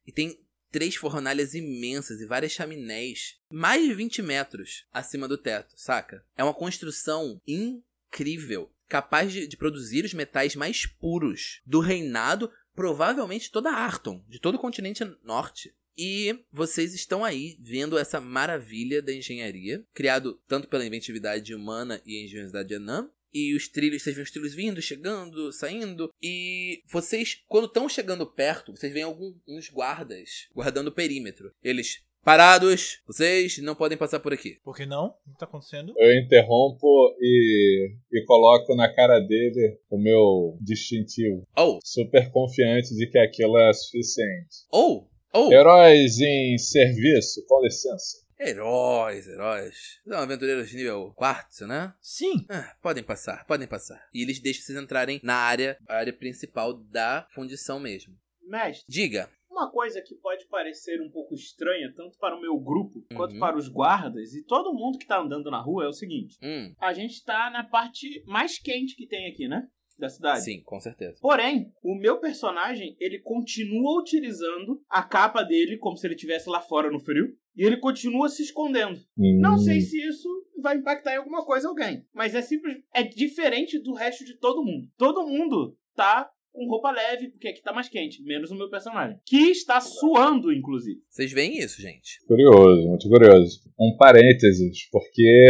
Speaker 2: e tem três fornalhas imensas e várias chaminés mais de 20 metros acima do teto, saca? É uma construção incrível, capaz de, de produzir os metais mais puros do reinado, provavelmente toda Arton, de todo o continente norte. E vocês estão aí vendo essa maravilha da engenharia, criado tanto pela inventividade humana e a engenhosidade anã. E os trilhos, vocês veem os trilhos vindo, chegando, saindo. E vocês, quando estão chegando perto, vocês veem alguns guardas guardando o perímetro. Eles, parados, vocês não podem passar por aqui.
Speaker 3: Por que não? Não tá acontecendo?
Speaker 6: Eu interrompo e, e coloco na cara dele o meu distintivo.
Speaker 2: Ou,
Speaker 6: Super confiante de que aquilo é suficiente.
Speaker 2: ou, ou.
Speaker 6: Heróis em serviço, com licença.
Speaker 2: Heróis, heróis. São aventureiros de nível quarto, né?
Speaker 3: Sim.
Speaker 2: Ah, podem passar, podem passar. E eles deixam vocês entrarem na área, a área principal da fundição mesmo.
Speaker 4: Mestre,
Speaker 2: Diga.
Speaker 4: Uma coisa que pode parecer um pouco estranha, tanto para o meu grupo quanto para os guardas e todo mundo que tá andando na rua, é o seguinte:
Speaker 2: Hum,
Speaker 4: a gente tá na parte mais quente que tem aqui, né? Da cidade.
Speaker 2: sim, com certeza.
Speaker 4: Porém, o meu personagem, ele continua utilizando a capa dele como se ele estivesse lá fora no frio. E ele continua se escondendo. Não sei se isso vai impactar em alguma coisa alguém. Mas é simples. É diferente do resto de todo mundo. Todo mundo tá com roupa leve, porque aqui tá mais quente. Menos o meu personagem. Que está suando, inclusive.
Speaker 2: Vocês veem isso, gente?
Speaker 6: Curioso, muito curioso. Um parênteses, porque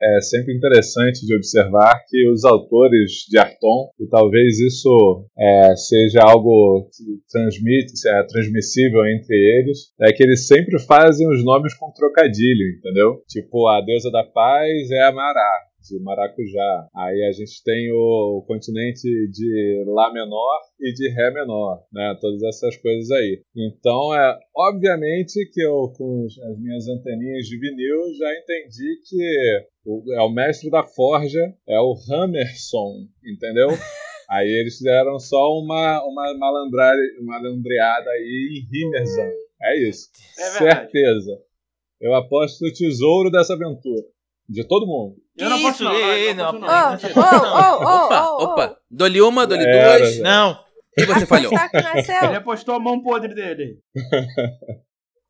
Speaker 6: é sempre interessante de observar que os autores de Arton, e talvez isso é, seja algo que transmite, é, transmissível entre eles, é que eles sempre fazem os nomes com trocadilho, entendeu? Tipo, a deusa da paz é Amará. De maracujá. Aí a gente tem o continente de Lá menor e de Ré menor, né? Todas essas coisas aí. Então, é obviamente que eu, com os- as minhas anteninhas de vinil, já entendi que o, é o mestre da forja, é o Hammerson, entendeu? Aí eles fizeram só uma, uma malandra- malandreada aí em Rimerson. É isso.
Speaker 4: É verdade.
Speaker 6: Certeza. Eu aposto no tesouro dessa aventura. De todo mundo.
Speaker 4: Eu não
Speaker 3: Isso,
Speaker 4: posso não,
Speaker 3: ei,
Speaker 4: eu
Speaker 3: ei,
Speaker 4: não posso
Speaker 3: não,
Speaker 7: Oh,
Speaker 4: não.
Speaker 3: peraí.
Speaker 4: Mentira.
Speaker 2: Opa,
Speaker 7: Opa,
Speaker 2: opa. Dole uma, dole
Speaker 6: Era,
Speaker 2: duas. né?
Speaker 6: já.
Speaker 3: Não.
Speaker 2: E você falhou.
Speaker 7: tá é,
Speaker 4: Ele apostou a mão podre dele.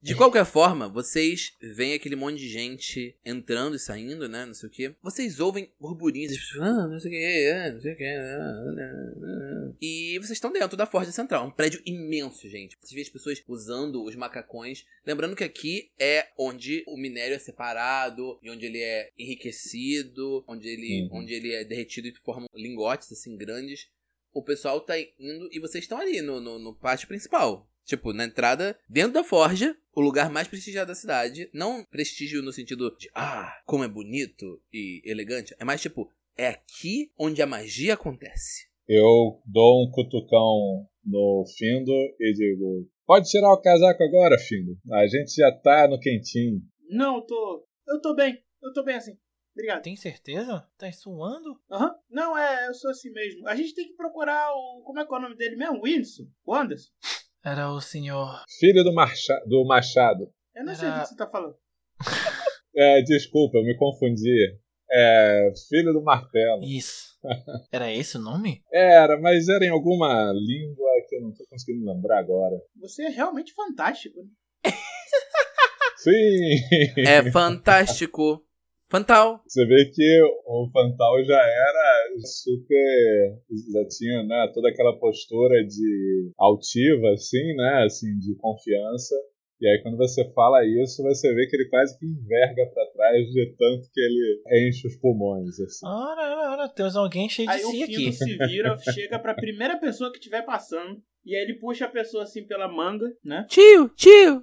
Speaker 2: De qualquer forma, vocês veem aquele monte de gente entrando e saindo, né? Não sei o quê. Vocês ouvem burburinhos, tipo, ah, não sei o quê, ah, não sei o quê. ah, ah, ah. E vocês estão dentro da Forja Central. Um prédio imenso, gente. Vocês veem as pessoas usando os macacões. Lembrando que aqui é onde o minério é separado, e onde ele é enriquecido, onde ele,
Speaker 6: Uhum.
Speaker 2: onde ele é derretido e formam lingotes, assim, grandes o pessoal tá indo e vocês estão ali no, no, no pátio principal. Tipo, na entrada, dentro da Forja, o lugar mais prestigiado da cidade. Não prestígio no sentido de, ah, como é bonito e elegante. É mais tipo, é aqui onde a magia acontece.
Speaker 6: Eu dou um cutucão no Findo e digo: Pode tirar o casaco agora, Findo. A gente já tá no quentinho.
Speaker 4: Não, eu tô. Eu tô bem. Eu tô bem assim. Obrigado.
Speaker 3: Tem certeza? Tá suando?
Speaker 4: Aham. Não, é, eu sou assim mesmo. A gente tem que procurar o. Como é que é o nome dele mesmo? Wilson? O Anderson?
Speaker 3: Era o senhor.
Speaker 6: Filho do, marcha- do Machado.
Speaker 4: Eu não sei
Speaker 3: Era-
Speaker 4: do que você tá falando.
Speaker 6: É, desculpa, eu me confundi. É, filho do martelo.
Speaker 3: Isso. Era esse o nome?
Speaker 6: Era, mas era em alguma língua que eu não tô conseguindo lembrar agora.
Speaker 4: Você é realmente fantástico. né?
Speaker 6: Sim!
Speaker 2: É fantástico. Fantal.
Speaker 6: Você vê que o Fantal já era super. Já tinha né, toda aquela postura de altiva, assim, né? Assim, de confiança. E aí, quando você fala isso, você vê que ele quase que enverga pra trás de tanto que ele enche os pulmões, assim.
Speaker 3: Ora, ora, ora, temos alguém cheio de
Speaker 4: Aí o
Speaker 3: si
Speaker 4: Findo
Speaker 3: aqui.
Speaker 4: se vira, chega pra primeira pessoa que estiver passando. E aí ele puxa a pessoa assim pela manga, né?
Speaker 2: Tio, tio.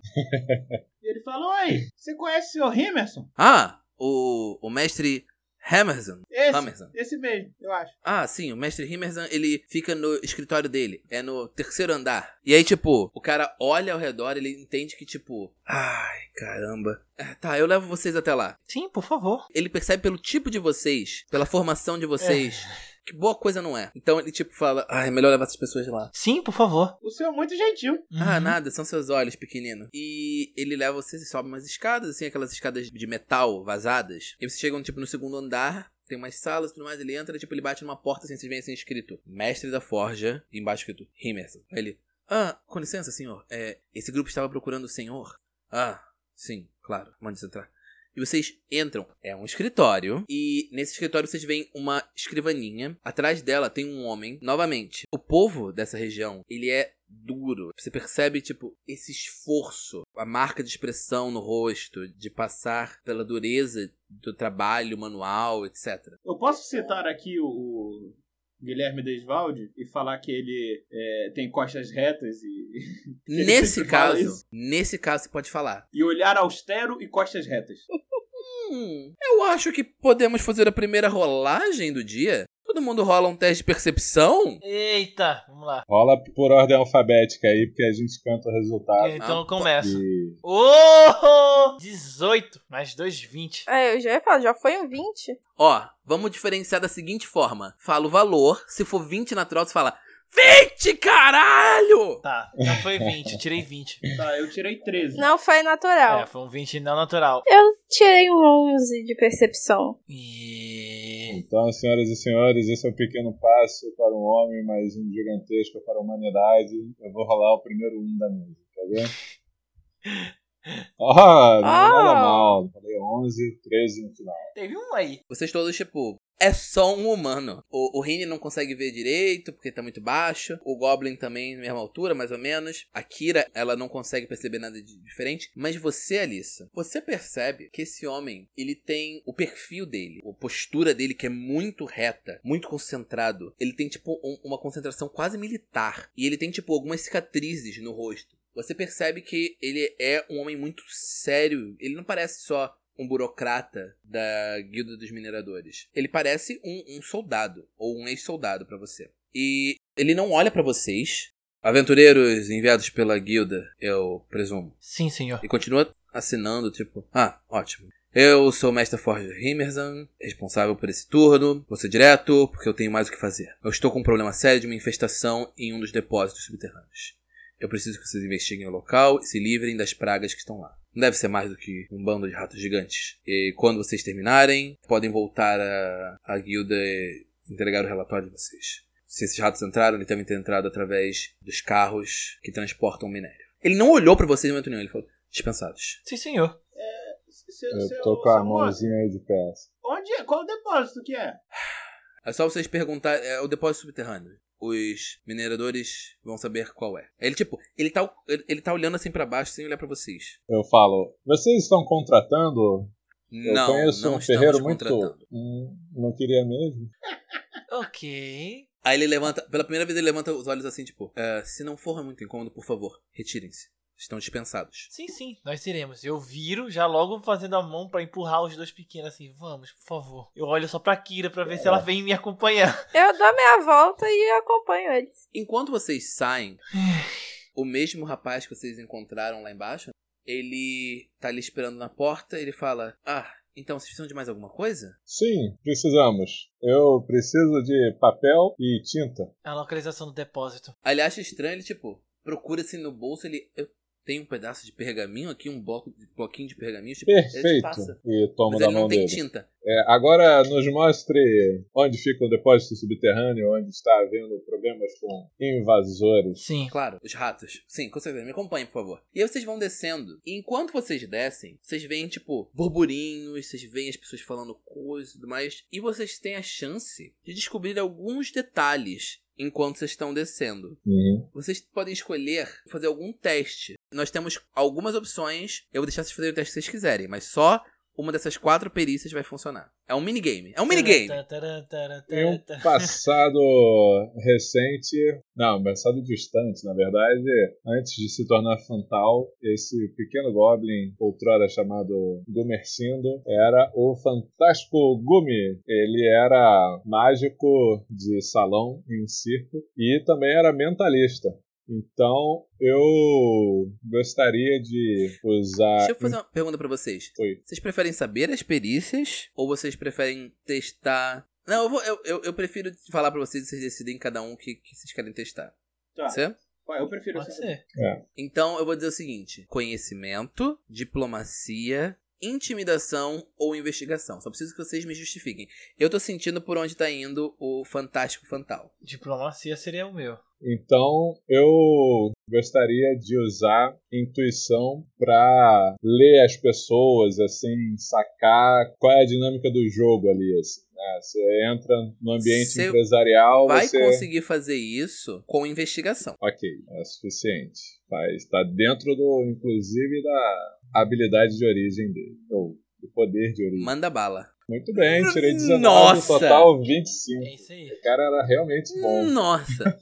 Speaker 4: E ele fala: Oi, você conhece o senhor Rimerson?
Speaker 2: Ah, o, o mestre Hammerson.
Speaker 4: Esse.
Speaker 2: Hammerson.
Speaker 4: Esse mesmo, eu acho.
Speaker 2: Ah, sim, o mestre Himerson, ele fica no escritório dele. É no terceiro andar. E aí, tipo, o cara olha ao redor, ele entende que, tipo, ai, caramba. É, tá, eu levo vocês até lá.
Speaker 3: Sim, por favor.
Speaker 2: Ele percebe pelo tipo de vocês, pela formação de vocês, que boa coisa não é. Então ele, tipo, fala, ai, é melhor levar essas pessoas lá.
Speaker 3: Sim, por favor.
Speaker 4: O senhor é muito gentil.
Speaker 2: Ah,
Speaker 3: Uhum.
Speaker 2: nada, são seus olhos, pequenino. E ele leva vocês e sobe umas escadas, assim, aquelas escadas de metal vazadas. E vocês chegam, tipo, no segundo andar, tem umas salas e tudo mais. Ele entra, tipo, ele bate numa porta, assim, vocês veem assim escrito: Mestre da Forja, e embaixo escrito Himerson. Aí ele: Ah, com licença, senhor. É, esse grupo estava procurando o senhor? Ah, sim, claro, mande entrar. E vocês entram. É um escritório. E nesse escritório vocês veem uma escrivaninha. Atrás dela tem um homem. Novamente, o povo dessa região, ele é duro. Você percebe, tipo, esse esforço, a marca de expressão no rosto, de passar pela dureza do trabalho manual, etc.
Speaker 4: Eu posso citar aqui o, o Guilherme Desvalde e falar que ele é, tem costas retas e, Ele
Speaker 2: Nesse
Speaker 4: sempre fala
Speaker 2: caso,
Speaker 4: isso.
Speaker 2: nesse caso você pode falar.
Speaker 4: e olhar austero e costas retas.
Speaker 2: Hum, eu acho que podemos fazer a primeira rolagem do dia. Todo mundo rola um teste de percepção?
Speaker 3: Eita, vamos lá.
Speaker 6: Rola por ordem alfabética aí, porque a gente canta o
Speaker 4: Ah,
Speaker 6: resultado.
Speaker 3: Então começa.
Speaker 6: E
Speaker 3: Ô! 18, mais 2, 20.
Speaker 7: É, eu já ia falar, já foi um 20.
Speaker 2: Ó, vamos diferenciar da seguinte forma: fala o valor, se for 20 natural, você fala 20, caralho!
Speaker 3: Tá, então foi 20, eu tirei 20.
Speaker 4: Tá, eu tirei 13.
Speaker 7: Não foi natural.
Speaker 3: É, foi um 20 não natural.
Speaker 7: Tirei um 11 de percepção.
Speaker 3: E...
Speaker 6: Então, senhoras e senhores, esse é um pequeno passo para um homem, mas um gigantesco para a humanidade. Eu vou rolar o primeiro um da mesa, quer ver? Ah, não é nada
Speaker 7: Ah.
Speaker 6: mal. Falei 11, 13 no final.
Speaker 3: Teve um aí.
Speaker 2: Vocês todos, tipo, é só um humano. O, o Rini não consegue ver direito porque tá muito baixo. O Goblin também, na mesma altura, mais ou menos. A Kira, ela não consegue perceber nada de diferente. Mas você, Alissa, você percebe que esse homem, ele tem o perfil dele, a postura dele que é muito reta, muito concentrado. Ele tem, tipo, um- uma concentração quase militar. E ele tem, tipo, algumas cicatrizes no rosto. Você percebe que ele é um homem muito sério. Ele não parece só um burocrata da Guilda dos Mineradores. Ele parece um, um soldado, ou um ex-soldado pra você. E ele não olha pra vocês. Aventureiros enviados pela guilda, eu presumo.
Speaker 3: Sim, senhor.
Speaker 2: E continua assinando, tipo, ah, ótimo. Eu sou o Mestre Forge Himerson, responsável por esse turno. Vou ser direto, porque eu tenho mais o que fazer. Eu estou com um problema sério de uma infestação em um dos depósitos subterrâneos. Eu preciso que vocês investiguem o local e se livrem das pragas que estão lá. Não deve ser mais do que um bando de ratos gigantes. E quando vocês terminarem, podem voltar à à guilda e entregar o relatório de vocês. Se esses ratos entraram, eles devem ter entrado através dos carros que transportam minério. Ele não olhou pra vocês no momento nenhum, ele falou, dispensados.
Speaker 3: Sim, senhor.
Speaker 4: Seu-
Speaker 6: Eu
Speaker 4: seu-
Speaker 6: tô com a
Speaker 4: seu moço,
Speaker 6: mãozinha aí de peça.
Speaker 4: é Onde é? Qual o depósito que é?
Speaker 2: É só vocês perguntar, é o depósito subterrâneo. Os mineradores vão saber qual é. Ele, tipo, ele tá, ele, ele tá olhando assim pra baixo sem olhar pra vocês.
Speaker 6: Eu falo, vocês estão contratando? Eu
Speaker 2: não,
Speaker 6: conheço
Speaker 2: não
Speaker 6: um
Speaker 2: estamos
Speaker 6: ferreiro muito.
Speaker 2: contratando.
Speaker 6: Hum, não queria mesmo?
Speaker 3: Ok.
Speaker 2: Aí ele levanta, pela primeira vez ele levanta os olhos assim, tipo, "É, se não for muito incômodo, por favor, retirem-se. Estão dispensados.
Speaker 3: Sim, sim, nós iremos. Eu viro, já logo fazendo a mão pra empurrar os dois pequenos assim. Vamos, por favor. Eu olho só pra Kira pra ver se
Speaker 2: É.
Speaker 3: ela vem me acompanhar.
Speaker 7: Eu dou meia volta e acompanho eles.
Speaker 2: Enquanto vocês saem, o mesmo rapaz que vocês encontraram lá embaixo, ele tá ali esperando na porta, ele fala: Ah, então vocês precisam de mais alguma coisa?
Speaker 6: Sim, precisamos. Eu preciso de papel e tinta.
Speaker 3: A localização do depósito.
Speaker 2: Aí ele acha estranho, ele tipo, procura assim no bolso, ele. Eu tenho um pedaço de pergaminho aqui, um bloco, bloquinho de pergaminho, tipo, ele
Speaker 6: Perfeito.
Speaker 2: passa.
Speaker 6: E tomo
Speaker 2: Mas
Speaker 6: da
Speaker 2: ele
Speaker 6: mão
Speaker 2: não tem
Speaker 6: dele.
Speaker 2: tinta.
Speaker 6: É, agora nos mostre onde fica o depósito subterrâneo, onde está havendo problemas com invasores.
Speaker 3: Sim.
Speaker 2: Claro, os ratos. Sim, com certeza. Me acompanhem, por favor. E aí vocês vão descendo. E enquanto vocês descem, vocês veem, tipo, burburinhos, vocês veem as pessoas falando coisas e tudo mais. E vocês têm a chance de descobrir alguns detalhes enquanto vocês estão descendo.
Speaker 6: Uhum.
Speaker 2: Vocês podem escolher fazer algum teste. Nós temos algumas opções. Eu vou deixar vocês fazerem o teste que vocês quiserem, mas só uma dessas quatro perícias vai funcionar. É um minigame. É um minigame.
Speaker 6: Em um
Speaker 3: Tá,
Speaker 6: passado recente, não, um passado distante, na verdade, antes de se tornar Fantal, esse pequeno Goblin, outrora chamado Gumercindo, era o Fantástico Gumi. Ele era mágico de salão em um circo e também era mentalista. Então, eu gostaria de usar.
Speaker 2: Deixa eu fazer uma pergunta pra vocês.
Speaker 6: Oi.
Speaker 2: Vocês preferem saber as perícias ou vocês preferem testar? Não, eu, vou, eu, eu, eu prefiro falar pra vocês e vocês decidem cada um o que, que vocês querem testar.
Speaker 4: Tá.
Speaker 2: Pode ser?
Speaker 4: Ué, Eu prefiro
Speaker 3: Pode
Speaker 4: essa-
Speaker 3: ser.
Speaker 2: Então eu vou dizer o seguinte: conhecimento, diplomacia, intimidação ou investigação. Só preciso que vocês me justifiquem. Eu tô sentindo por onde tá indo o Fantástico Fantal.
Speaker 3: Diplomacia seria o meu.
Speaker 6: Então eu Gostaria de usar intuição pra ler as pessoas, assim, sacar qual é a dinâmica do jogo ali, assim. né? Você entra no ambiente
Speaker 2: Você
Speaker 6: empresarial,
Speaker 2: Vai
Speaker 6: você... é?
Speaker 2: conseguir fazer isso com investigação.
Speaker 6: Ok, é suficiente. Tá, está dentro do, inclusive, da habilidade de origem dele. Ou do poder de origem.
Speaker 2: Manda bala.
Speaker 6: Muito bem, tirei 19,
Speaker 2: Nossa! Hum.
Speaker 6: total 25.
Speaker 3: É isso aí.
Speaker 6: O cara era realmente bom.
Speaker 2: Nossa!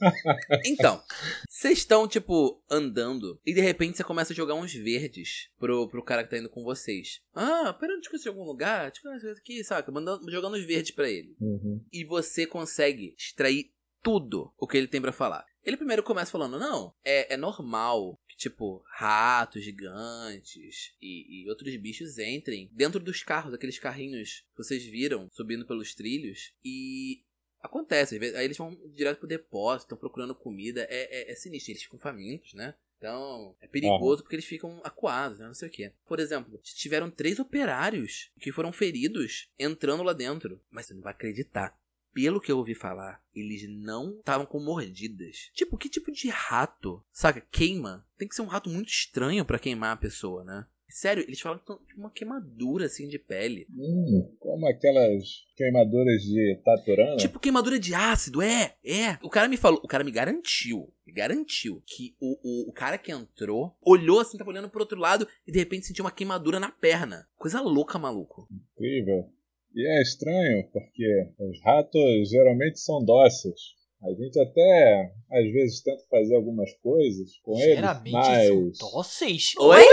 Speaker 2: Então, vocês estão, tipo, andando e de repente você começa a jogar uns verdes pro, pro cara que tá indo com vocês. Ah, pera, eu te conheci em algum lugar, te conheci aqui, saca? Mandando, jogando os verdes pra ele.
Speaker 6: Uhum.
Speaker 2: e você consegue extrair tudo o que ele tem pra falar. Ele primeiro começa falando, não, é, é normal que, tipo, ratos gigantes e, e outros bichos entrem dentro dos carros, aqueles carrinhos que vocês viram subindo pelos trilhos, e acontece, às vezes, aí eles vão direto pro depósito, estão procurando comida, é, é, é sinistro, eles ficam famintos, né? Então, é perigoso porque eles ficam acuados, né? Não sei o quê. Por exemplo, tiveram três operários que foram feridos entrando lá dentro. Mas você não vai acreditar pelo que eu ouvi falar, eles não estavam com mordidas. Tipo, que tipo de rato? Saca, queima. Tem que ser um rato muito estranho pra queimar a pessoa, né? Sério, eles falam que tão- tipo, uma queimadura assim de pele.
Speaker 6: Hum, como aquelas queimaduras de taturana.
Speaker 2: Tipo queimadura de ácido, é, é. O cara me falou, o cara me garantiu, me garantiu que o, o, o cara que entrou olhou assim, tava olhando pro outro lado e de repente sentiu uma queimadura na perna. Coisa louca, maluco.
Speaker 6: Incrível. E é estranho, porque os ratos geralmente são dóceis. A gente até, às vezes, tenta fazer algumas coisas com eles,
Speaker 3: Geralmente
Speaker 6: mas...
Speaker 3: são dóceis.
Speaker 2: Oi?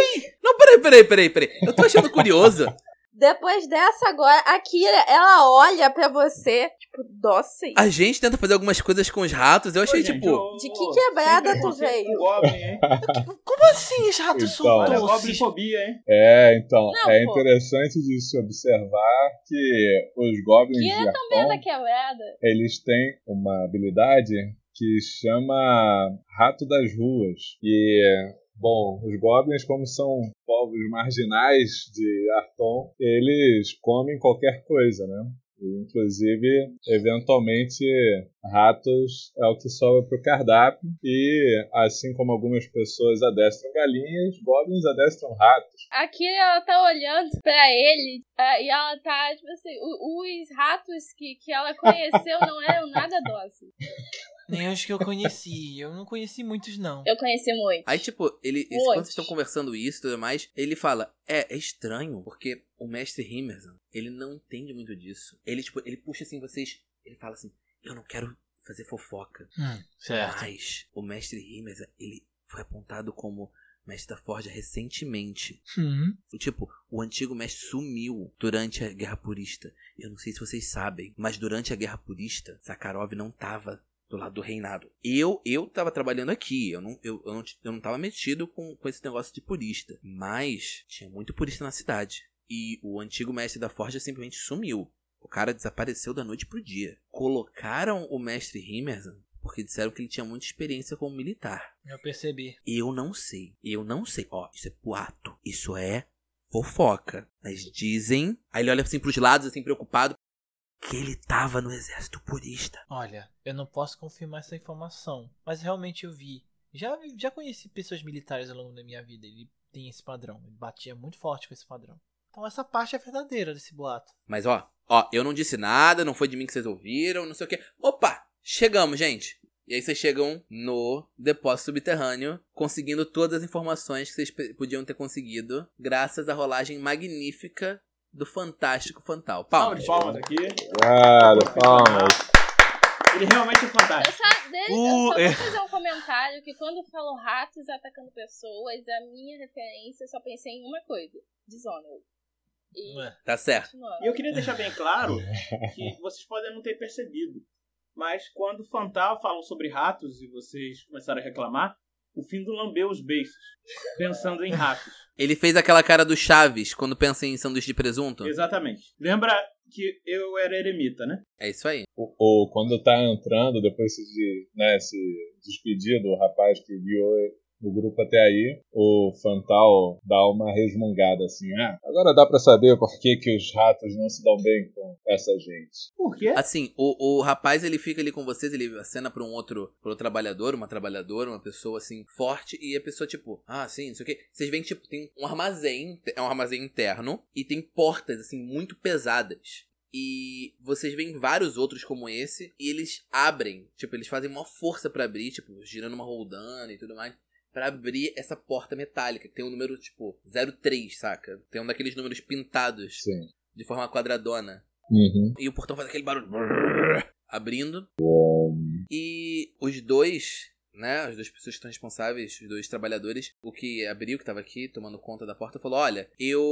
Speaker 2: Não, peraí, peraí, peraí, peraí. Eu tô achando curioso.
Speaker 7: Depois dessa, agora, a Kira, ela olha pra você, tipo, dócil.
Speaker 2: A gente tenta fazer algumas coisas com os ratos, eu achei,
Speaker 4: Pô, gente,
Speaker 2: tipo.
Speaker 4: ô,
Speaker 7: de que
Speaker 4: ô,
Speaker 7: quebrada
Speaker 4: tem
Speaker 7: tu
Speaker 4: preconceito
Speaker 7: veio?
Speaker 4: com Goblin, hein?
Speaker 3: Como assim os ratos são
Speaker 6: Então.
Speaker 4: Olha,
Speaker 3: doces?
Speaker 4: goblinfobia, hein?
Speaker 6: É, então,
Speaker 5: Não,
Speaker 6: é
Speaker 5: pô.
Speaker 6: interessante de se observar que os goblins
Speaker 5: Que
Speaker 6: de
Speaker 5: é também
Speaker 6: Arkham,
Speaker 5: da quebrada.
Speaker 6: eles têm uma habilidade que chama Rato das Ruas. E, bom, os goblins, como são povos marginais de Arton, eles comem qualquer coisa, né? E, Inclusive, eventualmente, ratos é o que sobra para o cardápio. E, assim como algumas pessoas adestram galinhas, goblins adestram ratos.
Speaker 5: A Kira, ela tá olhando pra ele é, e ela tá, tipo assim, o- os ratos que, que ela conheceu não eram nada dóceis.
Speaker 3: Nem os que eu conheci. Eu não conheci muitos, não.
Speaker 5: Eu conheci muito.
Speaker 2: Aí, tipo, ele, esse-
Speaker 5: Oi.
Speaker 2: quando vocês estão conversando isso e tudo mais, ele fala: É, é estranho, porque o mestre Himerson, ele não entende muito disso. Ele, tipo, ele puxa assim vocês, ele fala assim: Eu não quero fazer fofoca.
Speaker 3: Hum, certo.
Speaker 2: Mas o mestre Himerson, ele foi apontado como mestre da Forja recentemente.
Speaker 3: Hum.
Speaker 2: E, Tipo, o antigo mestre sumiu durante a Guerra Purista. Eu não sei se vocês sabem, mas durante a Guerra Purista, Sakharov não tava do lado do reinado. Eu eu tava trabalhando aqui, eu não, eu, eu não, t- eu não tava metido com, com esse negócio de purista. Mas tinha muito purista na cidade. E o antigo mestre da Forja simplesmente sumiu. O cara desapareceu da noite pro dia. Colocaram o mestre Himerson porque disseram que ele tinha muita experiência como militar.
Speaker 3: Eu percebi.
Speaker 2: Eu não sei. Eu não sei. Ó, isso é boato. Isso é fofoca. Mas dizem. Aí ele olha assim pros lados, assim, preocupado. Que ele tava no exército purista.
Speaker 3: Olha, eu não posso confirmar essa informação, mas realmente eu vi. Já, já conheci pessoas militares ao longo da minha vida. Ele tem esse padrão. Ele batia muito forte com esse padrão. Então essa parte é verdadeira desse boato.
Speaker 2: Mas ó, ó, eu não disse nada, não foi de mim que vocês ouviram, não sei o quê. Opa! Chegamos, gente! E aí vocês chegam no depósito subterrâneo, conseguindo todas as informações que vocês pe- podiam ter conseguido, graças à rolagem magnífica do fantástico Fantal.
Speaker 4: Salve
Speaker 2: Palmas.
Speaker 4: de palmas aqui.
Speaker 6: Cara, palmas.
Speaker 4: Ele realmente é fantástico.
Speaker 5: Eu só, desde,
Speaker 3: Uh,
Speaker 5: eu só
Speaker 3: é.
Speaker 5: vou fazer um comentário que quando eu falo ratos atacando pessoas, a minha referência, eu só pensei em uma coisa. Dishonored. E
Speaker 3: Ué.
Speaker 2: Tá certo.
Speaker 5: continuando.
Speaker 4: E eu queria deixar bem claro que vocês podem não ter percebido, mas quando o Fantal falou sobre ratos e vocês começaram a reclamar, o Findo lambeu os beiços, pensando em ratos.
Speaker 2: Ele fez aquela cara do Chaves quando pensa em sanduíche de presunto.
Speaker 4: Exatamente. Lembra que eu era eremita, né?
Speaker 2: É isso aí.
Speaker 6: Ou, ou quando tá entrando, depois se, de- né, se despedir do rapaz que guiou, o grupo até aí, o Fantal dá uma resmungada assim, ah, agora dá pra saber por que, que os ratos não se dão bem com essa gente.
Speaker 4: Por quê?
Speaker 2: Assim, o, o rapaz ele fica ali com vocês, ele acena pra um outro pro trabalhador, uma trabalhadora, uma pessoa assim, forte, e a pessoa, tipo, ah, sim, não sei o quê. Vocês veem que, tipo, tem um armazém, é um armazém interno, e tem portas, assim, muito pesadas. E vocês veem vários outros como esse, e eles abrem, tipo, eles fazem uma força pra abrir, tipo, girando uma roldana e tudo mais. Pra abrir essa porta metálica, que tem um número tipo 03, saca? Tem um daqueles números pintados
Speaker 6: Sim.
Speaker 2: de forma quadradona.
Speaker 6: Uhum.
Speaker 2: E o portão faz aquele barulho. brrr, Abrindo. E os dois, né? As duas pessoas que estão responsáveis, os dois trabalhadores, o que abriu, que tava aqui tomando conta da porta, falou: Olha, eu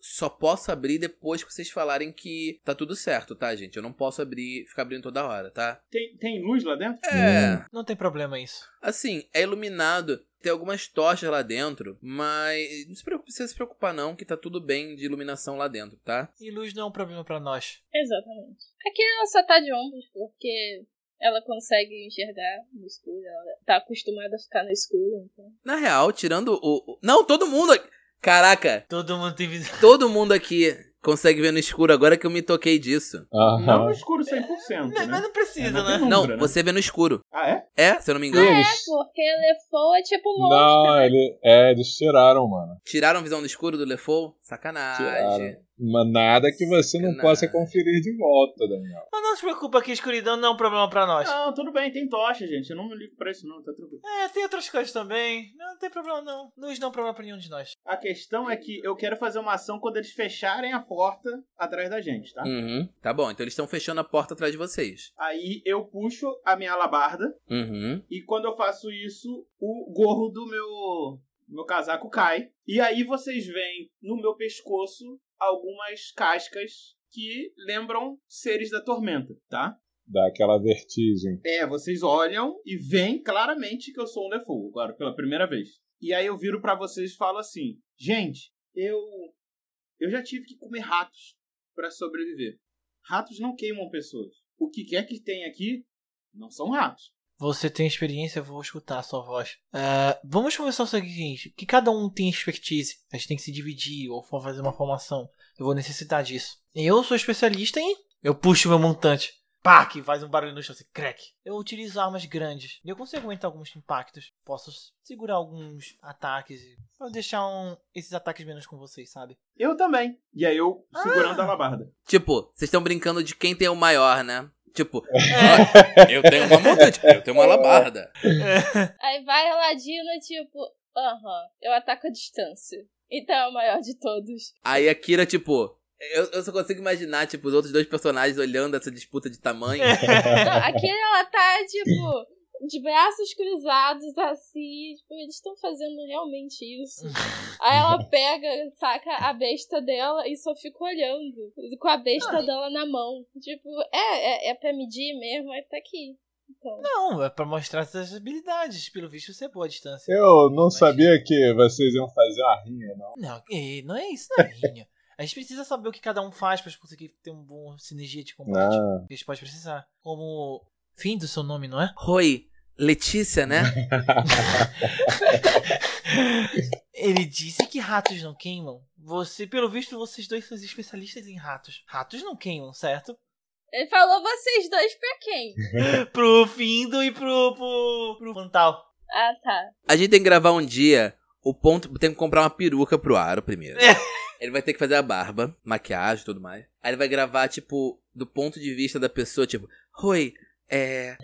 Speaker 2: só posso abrir depois que vocês falarem que tá tudo certo, tá, gente? Eu não posso abrir, ficar abrindo toda hora, tá?
Speaker 4: Tem, tem luz lá dentro?
Speaker 2: É.
Speaker 3: Não tem problema isso.
Speaker 2: Assim, é iluminado. Tem algumas tochas lá dentro, mas não se preocupe- precisa se preocupar não, que tá tudo bem de iluminação lá dentro, tá?
Speaker 3: E luz não é um problema pra nós.
Speaker 5: Exatamente. Aqui ela só tá de ombros, porque ela consegue enxergar no escuro, ela tá acostumada a ficar no escuro, então.
Speaker 2: Na real, tirando o... o- Não, todo mundo... aqui- Caraca,
Speaker 3: Todo mundo tem visão.
Speaker 2: Todo mundo aqui consegue ver no escuro agora que eu me toquei disso.
Speaker 6: Uhum.
Speaker 4: Não Tá no
Speaker 6: Aham.
Speaker 4: escuro 100%,
Speaker 3: Mas mas
Speaker 4: né?
Speaker 3: não precisa,
Speaker 4: É,
Speaker 3: né?
Speaker 4: não
Speaker 2: Não,
Speaker 4: Sombra, né?
Speaker 2: você vê no escuro.
Speaker 4: Ah, é?
Speaker 2: É, se eu não me engano.
Speaker 5: É, porque elefou é tipo um monstro.
Speaker 6: Não, ele, é, eles tiraram, mano.
Speaker 2: Tiraram visão do escuro do Lefou? Sacanagem.
Speaker 6: Tiraram. Mas nada que você não
Speaker 2: Nada.
Speaker 6: possa conferir de volta, Daniel.
Speaker 3: Mas não se preocupa que a escuridão não é um problema pra nós.
Speaker 4: Não, tudo bem, tem tocha, gente. Eu não me ligo pra isso, não, tá tranquilo.
Speaker 3: É, tem outras coisas também. Não, não tem problema não. Luz não é um problema pra nenhum de nós.
Speaker 4: A questão é que eu quero fazer uma ação quando eles fecharem a porta atrás da gente, tá?
Speaker 2: Uhum. Tá bom, então eles estão fechando a porta atrás de vocês.
Speaker 4: Aí eu puxo a minha alabarda
Speaker 2: Uhum.
Speaker 4: e quando eu faço isso, o gorro do meu meu casaco cai. E aí vocês veem no meu pescoço algumas cascas que lembram seres da tormenta, tá?
Speaker 6: Dá aquela vertigem.
Speaker 4: É, vocês olham e veem claramente que eu sou um Defoe, agora, pela primeira vez. E aí eu viro pra vocês e falo assim: gente, eu. Eu já tive que comer ratos pra sobreviver. Ratos não queimam pessoas. O que quer que tem aqui não são ratos.
Speaker 3: Você tem experiência, eu vou escutar a sua voz. Ah, vamos conversar o seguinte: que cada um tem expertise. A gente tem que se dividir ou for fazer uma formação. Eu vou necessitar disso. Eu sou especialista em. Eu puxo meu montante. Pá, que faz um barulho no chão assim, crack. Eu utilizo armas grandes. e Eu consigo aumentar alguns impactos. Posso segurar alguns ataques. e Vou deixar um- esses ataques menos com vocês, sabe?
Speaker 4: Eu também. E aí eu segurando a alabarda.
Speaker 2: Tipo, vocês estão brincando de quem tem o maior, né? Tipo, "Olha,
Speaker 4: É.
Speaker 2: eu tenho uma montante, eu tenho uma alabarda.
Speaker 5: Aí vai a Ladina, tipo, aham, eu ataco a distância. Então é o maior de todos.
Speaker 2: Aí a Kira, tipo, eu, eu só consigo imaginar, tipo, os outros dois personagens olhando essa disputa de tamanho.
Speaker 4: É.
Speaker 5: Não, aqui ela tá, tipo, de braços cruzados, assim, tipo, eles estão fazendo realmente isso. Aí ela pega, saca a besta dela e só fica olhando, com a besta dela na mão. Tipo, é, é, é pra medir mesmo, é tá aqui. Então,
Speaker 3: Não, é pra mostrar essas habilidades. Pelo visto, você é boa à distância.
Speaker 6: Eu não sabia que vocês iam fazer uma rinha, não.
Speaker 3: Não, e não é isso, não é rinha. A gente precisa saber o que cada um faz pra conseguir ter um bom sinergia de combate.
Speaker 6: Não.
Speaker 3: Que a gente pode precisar. Como. Fim do seu nome, não é?
Speaker 2: Roi, Letícia, né?
Speaker 3: Ele disse que ratos não queimam. Você, pelo visto, vocês dois são especialistas em ratos. Ratos não queimam, certo?
Speaker 5: ele falou vocês dois pra quem?
Speaker 3: Pro Findo e pro. pro. pro Fantal.
Speaker 5: Ah, tá.
Speaker 2: A gente tem que gravar um dia. O ponto. Tem que comprar uma peruca pro Aro primeiro. ele vai ter que fazer a barba, maquiagem e tudo mais. Aí ele vai gravar, tipo, do ponto de vista da pessoa, tipo, Oi, é.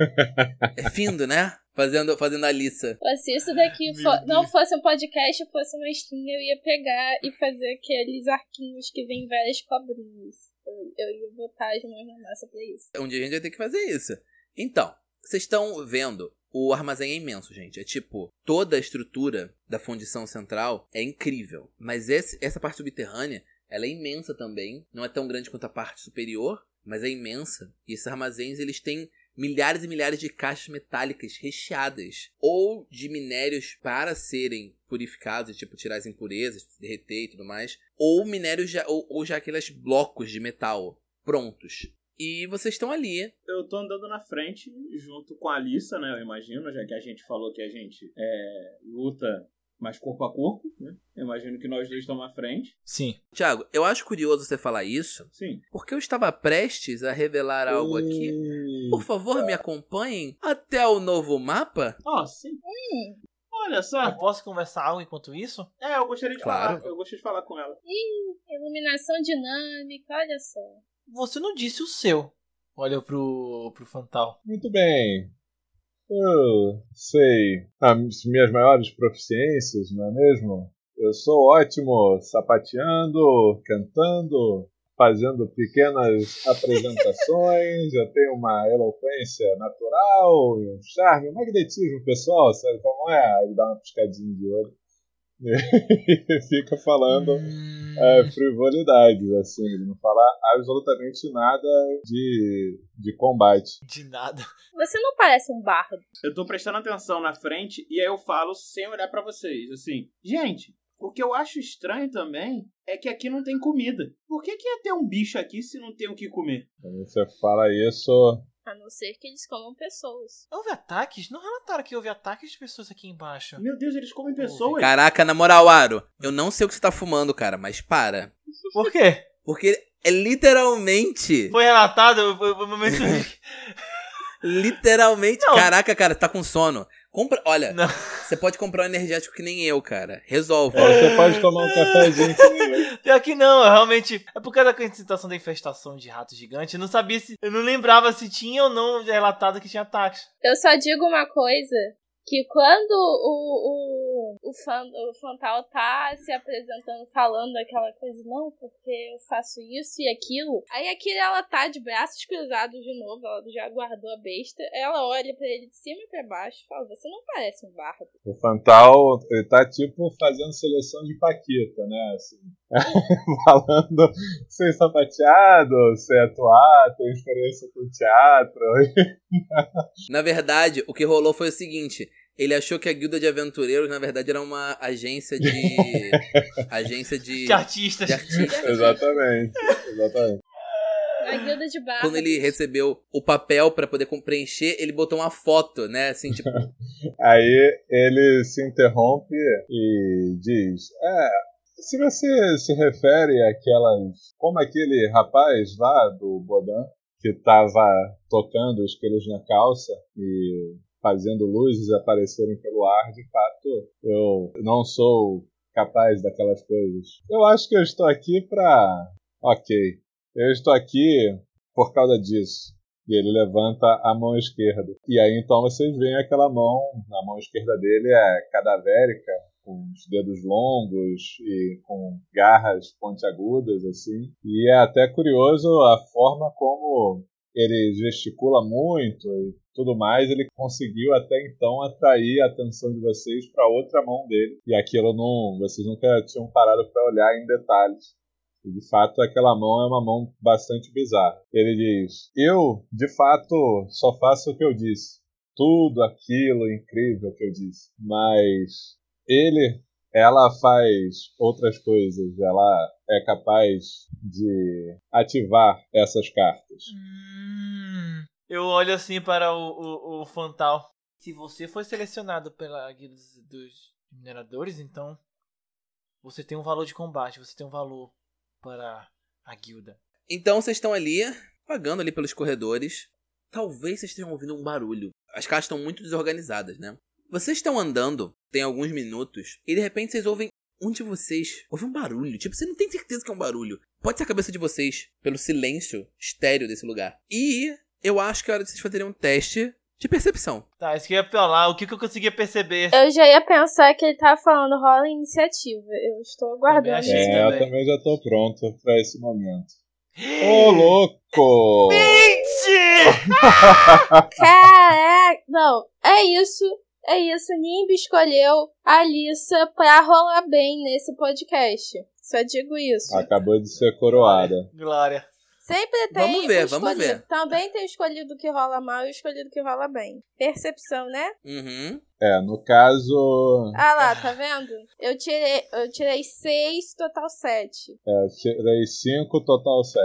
Speaker 2: É findo, né? Fazendo, fazendo a Alissa.
Speaker 5: Pô, Se isso daqui
Speaker 3: Meu
Speaker 5: fo-
Speaker 3: Deus.
Speaker 5: não fosse um podcast, fosse uma stream, eu ia pegar e fazer aqueles arquinhos que vem várias cobrinhas. Eu, eu ia botar as mãos na massa pra isso.
Speaker 2: Um dia a gente vai ter que fazer isso. Então, vocês estão vendo. O armazém é imenso, gente. É tipo, toda a estrutura da fundição central é incrível. Mas esse- essa parte subterrânea, ela é imensa também. Não é tão grande quanto a parte superior, mas é imensa. E esses armazéns, eles têm milhares e milhares de caixas metálicas recheadas. Ou de minérios para serem purificados, tipo, tirar as impurezas, derreter e tudo mais. Ou minérios já, ou, ou já aqueles blocos de metal prontos. E vocês estão ali.
Speaker 4: Eu tô andando na frente junto com a Alissa, né? Eu imagino, já que a gente falou que a gente é, luta mais corpo a corpo, né? Eu imagino que nós dois estamos à frente.
Speaker 3: Sim.
Speaker 2: Tiago, eu acho curioso você falar isso,
Speaker 4: Sim.
Speaker 2: porque eu estava prestes a revelar algo aqui. Por favor, me acompanhem até o novo mapa.
Speaker 4: Ó, sim. Olha
Speaker 3: Eu
Speaker 4: só.
Speaker 3: posso conversar algo enquanto isso?
Speaker 4: É, eu gostaria de
Speaker 2: Claro.
Speaker 4: falar. Eu gostaria de falar com ela.
Speaker 5: Iluminação dinâmica, olha só.
Speaker 3: Você não disse o seu. Olha pro, pro Fantal.
Speaker 6: Muito bem. Eu sei as minhas maiores proficiências, não é mesmo? Eu sou ótimo sapateando, cantando, fazendo pequenas apresentações, eu tenho uma eloquência natural, e um charme, um magnetismo pessoal, sabe como é? Ele dá uma piscadinha de olho e fica falando
Speaker 3: Hum,
Speaker 6: é, frivolidades, assim, ele não fala absolutamente nada de, de combate.
Speaker 3: De nada.
Speaker 5: Você não parece um bardo.
Speaker 4: Eu tô prestando atenção na frente e aí eu falo sem olhar pra vocês, assim. Gente, o que eu acho estranho também é que aqui não tem comida. Por que, que ia ter um bicho aqui se não tem o que comer?
Speaker 6: Quando você fala isso,
Speaker 5: A não ser que eles comam pessoas.
Speaker 3: Houve ataques? Não relataram que houve ataques de pessoas aqui embaixo.
Speaker 4: Meu Deus, eles comem pessoas.
Speaker 2: Caraca, na moral, Aro, eu não sei o que você tá fumando, cara, mas para.
Speaker 3: Por quê?
Speaker 2: Porque é literalmente.
Speaker 3: Foi relatado foi- foi o momento.
Speaker 2: Literalmente.
Speaker 3: Não.
Speaker 2: Caraca, cara, tá com sono. Compra. Olha,
Speaker 3: Não.
Speaker 2: você pode comprar um energético que nem eu, cara. Resolve.
Speaker 3: É.
Speaker 6: você pode tomar um cafezinho que nem eu.
Speaker 3: Pior que não, eu realmente. É por causa da coincidência da infestação de ratos gigantes. Eu não sabia se. Eu não lembrava se tinha ou não relatado que tinha ataques.
Speaker 5: Eu só digo uma coisa. Que quando o, o, o, fan, o Fantal tá se apresentando, falando aquela coisa, não, porque eu faço isso e aquilo. Aí a Kira, ela tá de braços cruzados de novo, ela já guardou a besta. Ela olha pra ele de cima e pra baixo e fala, você não parece um bardo.
Speaker 6: O Fantal, ele tá tipo fazendo seleção de Paquita, né? Assim, falando sem sapateado, sem atuar, é tem experiência com teatro.
Speaker 2: Na verdade, o que rolou foi o seguinte. Ele achou que a guilda de aventureiros, na verdade, era uma agência de. agência de.
Speaker 3: De artistas.
Speaker 2: de artistas.
Speaker 6: Exatamente, exatamente.
Speaker 5: Na guilda de bardo.
Speaker 2: Quando ele recebeu o papel pra poder com- preencher, ele botou uma foto, né? Assim, tipo,
Speaker 6: Aí ele se interrompe e diz: É, se você se refere àquelas. como aquele rapaz lá do Bodan, que tava tocando os pelos na calça e fazendo luzes aparecerem pelo ar, de fato, eu não sou capaz daquelas coisas. Eu acho que eu estou aqui pra. Ok, eu estou aqui por causa disso. E ele levanta a mão esquerda. E aí então vocês veem aquela mão, a mão esquerda dele é cadavérica, com os dedos longos e com garras pontiagudas, assim. E é até curioso a forma como ele gesticula muito e tudo mais. Ele conseguiu até então atrair a atenção de vocês para outra mão dele. E aquilo não, vocês nunca tinham parado para olhar em detalhes. E, De fato, aquela mão é uma mão bastante bizarra. Ele diz: Eu, de fato, só faço o que eu disse. Tudo aquilo incrível que eu disse. Mas ele, ela faz outras coisas. Ela é capaz de ativar essas cartas.
Speaker 3: Hum, eu olho assim para o, o, o Fantal. Se você foi selecionado pela guilda dos- dos mineradores, então você tem um valor de combate, você tem um valor para a guilda.
Speaker 2: Então vocês estão ali, vagando ali pelos corredores. Talvez vocês estejam ouvindo um barulho. As casas estão muito desorganizadas, né? Vocês estão andando, tem alguns minutos, e de repente vocês ouvem um de vocês. Ouve um barulho. Tipo, você não tem certeza que é um barulho. Pode ser a cabeça de vocês, pelo silêncio estéreo desse lugar. E eu acho que é hora de vocês fazerem um teste de percepção.
Speaker 3: Tá, isso que eu ia falar, o que, que eu conseguia perceber?
Speaker 5: Eu já ia pensar que ele tava falando rola iniciativa. Eu estou
Speaker 3: Também
Speaker 5: aguardando.
Speaker 3: achei.
Speaker 5: isso.
Speaker 6: É, eu
Speaker 3: também.
Speaker 6: também já tô pronto pra esse momento. Ô, louco!
Speaker 3: Gente!
Speaker 5: Caraca! Não, é isso. É isso. Nimbi escolheu a Alissa pra rolar bem nesse podcast. Só digo isso.
Speaker 6: Acabou de ser coroada.
Speaker 3: Glória.
Speaker 5: Sempre tem
Speaker 2: Vamos ver,
Speaker 5: o
Speaker 2: vamos
Speaker 5: escolhido.
Speaker 2: ver.
Speaker 5: Também tem o escolhido que rola mal e o escolhido que rola bem. Percepção, né?
Speaker 2: Uhum.
Speaker 6: É, no caso,
Speaker 5: Ah lá, tá vendo? Eu tirei, eu tirei seis, total sete.
Speaker 6: é, tirei 5, total 7.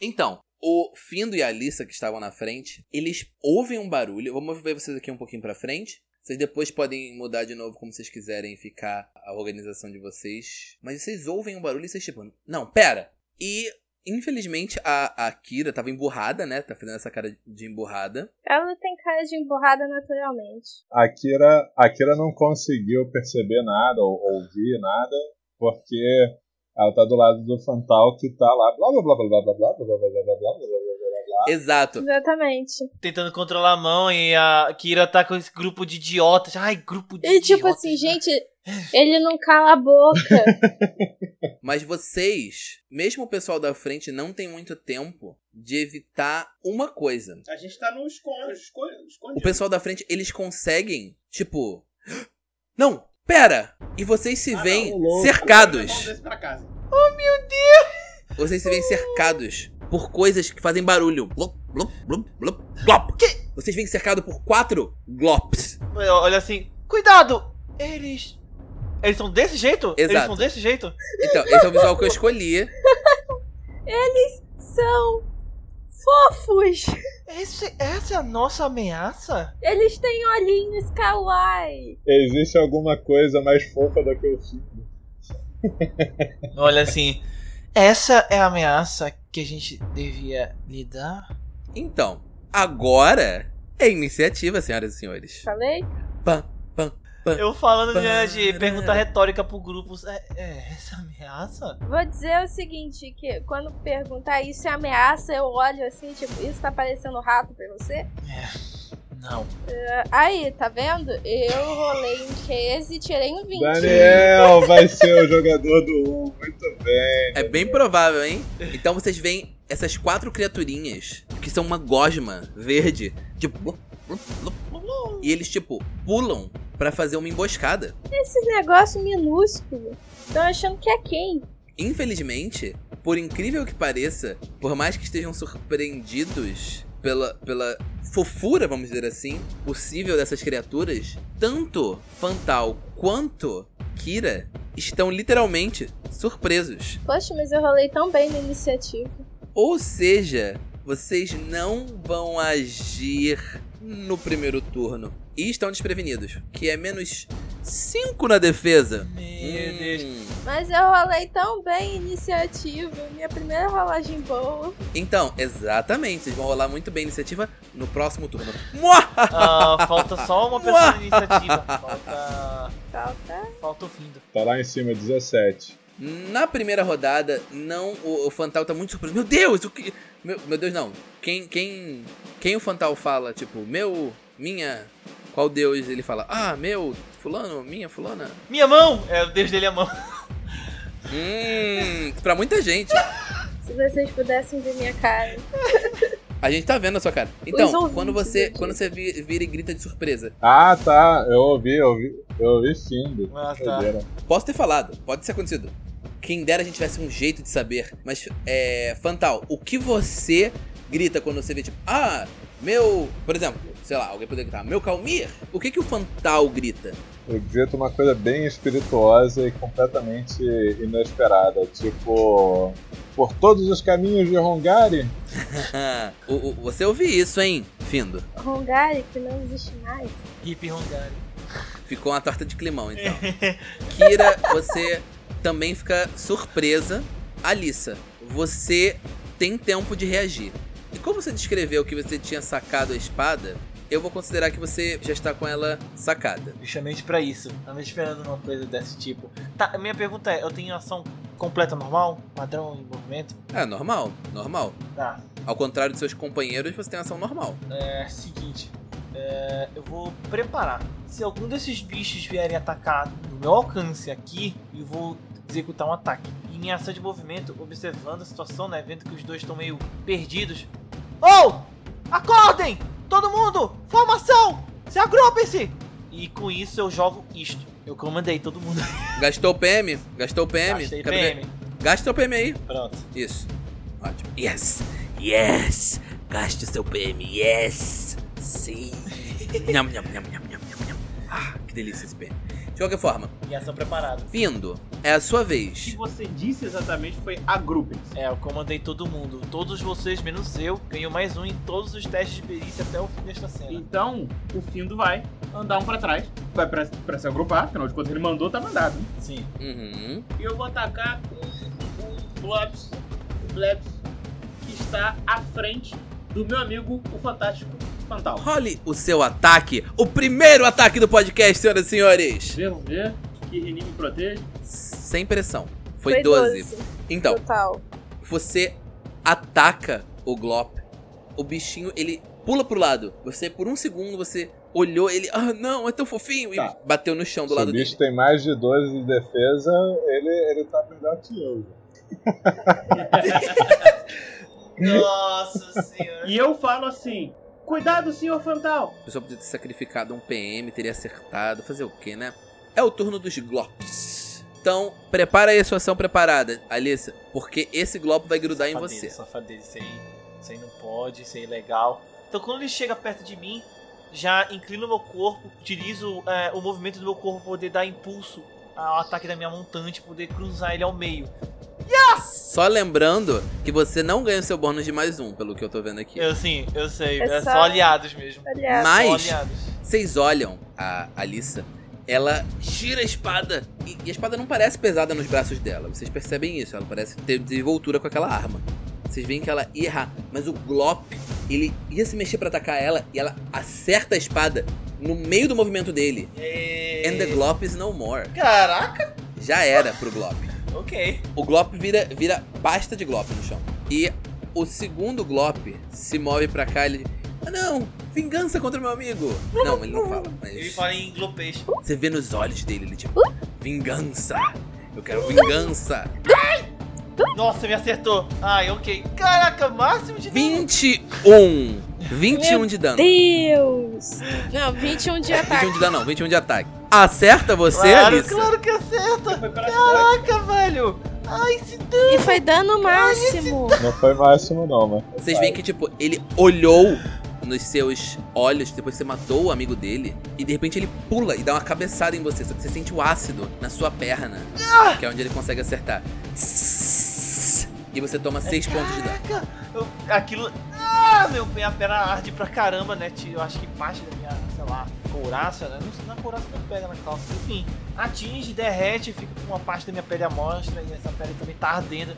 Speaker 2: Então, O Findo e a Alissa, que estavam na frente, eles ouvem um barulho. Vamos ver vocês aqui um pouquinho pra frente. Vocês depois podem mudar de novo como vocês quiserem ficar a organização de vocês. Mas vocês ouvem um barulho e vocês tipo, não, pera! E, infelizmente, a, a Kira tava emburrada, né? Tá fazendo essa cara de emburrada.
Speaker 5: Ela tem cara de emburrada naturalmente.
Speaker 6: A Kira, a Kira não conseguiu perceber nada ou ouvir nada, porque ela tá do lado do Fantal que tá lá blá blá blá blá blá blá blá blá blá blá blá blá blá blá blá blá.
Speaker 2: Exato.
Speaker 5: Exatamente.
Speaker 3: Tentando controlar a mão e a Kira tá com esse grupo de idiotas. Ai, grupo de
Speaker 5: E
Speaker 3: idiotas.
Speaker 5: tipo assim, gente, ele não cala a boca.
Speaker 2: Mas vocês, mesmo o pessoal da frente, não tem muito tempo de evitar uma coisa.
Speaker 4: A gente tá no esconde, esconde,
Speaker 2: O pessoal da frente, eles conseguem, tipo. Não, pera! E vocês se
Speaker 4: Ah,
Speaker 2: veem
Speaker 6: não, louco.
Speaker 2: cercados.
Speaker 4: Pra casa.
Speaker 2: Vocês se veem cercados por coisas que fazem barulho. Glop, glop, glop, glop, glop. Vocês vêm cercados por quatro glops.
Speaker 3: Olha assim, cuidado! Eles. Eles são desse jeito? Eles
Speaker 2: Exato.
Speaker 3: são desse jeito?
Speaker 2: Então, esse é o visual que eu escolhi.
Speaker 7: São fofos.
Speaker 3: Esse- essa é a nossa ameaça?
Speaker 7: Eles têm olhinhos kawaii.
Speaker 6: Existe alguma coisa mais fofa do que o filme?
Speaker 3: Olha assim, essa é a ameaça que a gente devia lidar?
Speaker 2: Então, agora é iniciativa, senhoras e senhores.
Speaker 5: Falei?
Speaker 2: Pam, pam.
Speaker 3: Eu falando né, de, de pergunta retórica pro grupo, é, é essa a ameaça?
Speaker 7: Vou dizer o seguinte, que quando perguntar isso é ameaça, eu olho assim, tipo, isso tá parecendo rato pra você?
Speaker 3: Não.
Speaker 7: Aí, tá vendo? Eu rolei um 13 e tirei um 20.
Speaker 6: Daniel vai ser o jogador do 1. Muito bem.
Speaker 2: É bem provável, hein? Então vocês veem essas quatro criaturinhas que são uma gosma verde. Tipo. blup, blup, blup, blup, E eles, tipo, pulam pra fazer uma emboscada.
Speaker 5: Esse negócio minúsculo. Estão achando que é quem?
Speaker 2: Infelizmente, por incrível que pareça, por mais que estejam surpreendidos pela, pela fofura, vamos dizer assim, possível dessas criaturas, tanto Fantal quanto Kira estão literalmente surpresos.
Speaker 5: Poxa, mas eu rolei tão bem na iniciativa.
Speaker 2: Ou seja, vocês não vão agir no primeiro turno e estão desprevenidos, que é menos 5 na defesa.
Speaker 3: Meu Deus.
Speaker 2: Hum.
Speaker 7: Mas eu rolei tão bem iniciativa, minha primeira rolagem boa.
Speaker 2: Então, exatamente, vocês vão rolar muito bem a iniciativa no próximo turno. Mua!
Speaker 3: Ah, falta só uma pessoa de iniciativa. Falta.
Speaker 7: Falta.
Speaker 3: Falta o findo.
Speaker 6: Tá lá em cima 17.
Speaker 2: Na primeira rodada, não o, o Fantal tá muito surpreso. Meu Deus, o que. Meu, meu Deus, não. Quem, quem, quem o Fantal fala, tipo, meu, minha, qual Deus? Ele fala, ah, meu, fulano, minha, fulana.
Speaker 3: Minha mão! É, o deus dele é a mão.
Speaker 2: Hum, pra muita gente.
Speaker 5: Se vocês pudessem ver minha cara.
Speaker 2: A gente tá vendo a sua cara. Então,
Speaker 5: ouvintes,
Speaker 2: quando você,
Speaker 5: gente.
Speaker 2: quando você vi- vira e grita de surpresa,
Speaker 6: Ah, tá. Eu ouvi, eu ouvi. Eu ouvi Findo.
Speaker 3: Ah, tá.
Speaker 6: Doideira.
Speaker 2: Posso ter falado, pode ter acontecido. Quem dera a gente tivesse um jeito de saber. Mas, é. Fantal, o que você grita quando você vê, tipo, ah, meu. Por exemplo, sei lá, alguém poderia gritar, meu Calmir? O que que o Fantal grita?
Speaker 6: Eu grito uma coisa bem espirituosa e completamente inesperada. Tipo. Por todos os caminhos de Rongari?
Speaker 2: o, o- você ouviu isso, hein, Findo?
Speaker 5: Rongari, que não existe mais.
Speaker 3: Hip Hongari.
Speaker 2: Ficou uma torta de climão, então. Kira, você também fica surpresa. Alissa, você tem tempo de reagir. E como você descreveu que você tinha sacado a espada, eu vou considerar que você já está com ela sacada.
Speaker 3: Justamente pra isso. Tava esperando uma coisa desse tipo. Tá, minha pergunta é: eu tenho ação completa normal? Padrão em movimento?
Speaker 2: É normal, normal.
Speaker 3: Tá.
Speaker 2: Ao contrário dos seus companheiros, você tem ação normal.
Speaker 3: É seguinte, é, eu vou preparar. Se algum desses bichos vierem atacar no meu alcance aqui, eu vou executar um ataque. E minha ação de movimento, observando a situação, né, vendo que os dois estão meio perdidos. Oh! Acordem! Todo mundo! Formação! Se agrupem-se! E com isso eu jogo isto. Eu comandei todo mundo.
Speaker 2: Gastou o PM? Gastou o PM?
Speaker 3: Gastei
Speaker 2: Quero ver-
Speaker 3: PM.
Speaker 2: Gasta o PM aí.
Speaker 3: Pronto.
Speaker 2: Isso. Ótimo. Yes! Yes! Gaste o seu PM. Yes! Sim! nham, nham, nham, nham, nham, nham, nham. Ah, que delícia esse PM. De qualquer forma,
Speaker 3: Em ação preparada.
Speaker 2: Findo, é a sua
Speaker 4: O que
Speaker 2: vez.
Speaker 4: você disse exatamente foi agrupem-se.
Speaker 3: É, eu comandei todo mundo. Todos vocês, menos eu, ganhou mais um em todos os testes de perícia até o fim desta cena.
Speaker 4: Então, o Findo vai andar um pra trás, vai pra, pra se agrupar, afinal de contas ele mandou, tá mandado. né?
Speaker 3: Sim.
Speaker 2: Uhum.
Speaker 4: E eu vou atacar o, o Blobs, o Blebs, que está à frente do meu amigo, o fantástico Fantasma.
Speaker 2: Role o seu ataque, o primeiro ataque do podcast, senhoras e senhores.
Speaker 4: Vamos ver que Reni me protege.
Speaker 2: Sem pressão. Foi 12. Então,
Speaker 7: Total.
Speaker 2: você ataca o Glop. O bichinho, ele pula pro lado. Você, por um segundo, você olhou ele. Ah, não, é tão fofinho.
Speaker 4: Tá.
Speaker 2: E bateu no chão Um do
Speaker 6: Se o
Speaker 2: lado
Speaker 6: bicho
Speaker 2: dele.
Speaker 6: tem mais de 12 de defesa, ele, ele tá melhor que eu.
Speaker 3: Nossa senhora.
Speaker 4: E eu falo assim: Cuidado, senhor Fantal!
Speaker 2: A pessoa podia ter sacrificado um PM, teria acertado. Fazer o quê, né? É o turno dos Glops. Então, prepara aí a sua ação preparada, Alissa. Porque esse Glop vai grudar Tá em
Speaker 3: Safadeza,
Speaker 2: você.
Speaker 3: Safadeza, isso aí, isso aí não pode, isso aí é legal. Então quando ele chega perto de mim, já inclino meu corpo, utilizo é, o movimento do meu corpo pra poder dar impulso ao ataque da minha montante, poder cruzar ele ao meio.
Speaker 2: Só lembrando que você não ganha o seu bônus de mais um, pelo que eu tô vendo aqui.
Speaker 3: Eu sim, eu sei, é,
Speaker 7: É
Speaker 3: só
Speaker 7: só-
Speaker 3: aliados mesmo.
Speaker 7: Olha,
Speaker 2: Mas-
Speaker 3: Só aliados.
Speaker 2: Vocês olham a Alissa, ela gira a espada e, e a espada não parece pesada nos braços dela. Vocês percebem isso, ela parece ter desenvoltura com aquela arma. Vocês veem que ela erra, mas o Glop, ele ia se mexer pra atacar ela e ela acerta a espada no meio do movimento dele. And the Glop is no more.
Speaker 3: Caraca,
Speaker 2: Já era pro Glop.
Speaker 3: ok.
Speaker 2: O Glop vira, vira pasta de Glop no chão. E o segundo Glop se move pra cá ele. Ah não! Vingança contra meu amigo! Não, ele não fala, mas.
Speaker 3: Ele fala em glopês.
Speaker 2: Você vê nos olhos dele, ele tipo. Vingança! Eu quero vingança!
Speaker 3: Nossa, me acertou. Ai, ok. Caraca, máximo de
Speaker 2: 21! 21 de dano.
Speaker 7: Deus! Não, 21 de ataque.
Speaker 2: 21 de dano, não, 21 de ataque. Acerta você,
Speaker 3: Claro,
Speaker 2: Alissa?
Speaker 3: claro que acerta.
Speaker 4: Foi pela
Speaker 3: Caraca, velho. Ai, se
Speaker 2: um.
Speaker 7: E foi dano máximo.
Speaker 6: Não foi máximo não, mas
Speaker 2: Vocês veem que, tipo, ele olhou nos seus olhos, depois que você matou o amigo dele, e de repente ele pula e dá uma cabeçada em você, só que você sente o ácido na sua perna, que é onde ele consegue acertar. E você toma 6 pontos de dano.
Speaker 3: Caraca, eu- aquilo. Ah, meu, minha perna arde pra caramba, né? tio? Eu acho que parte da minha, sei lá, couraça, né? Não sei, na couraça não pega na calça. Enfim, atinge, derrete, fica com uma parte da minha pele à mostra e essa pele também tá ardendo.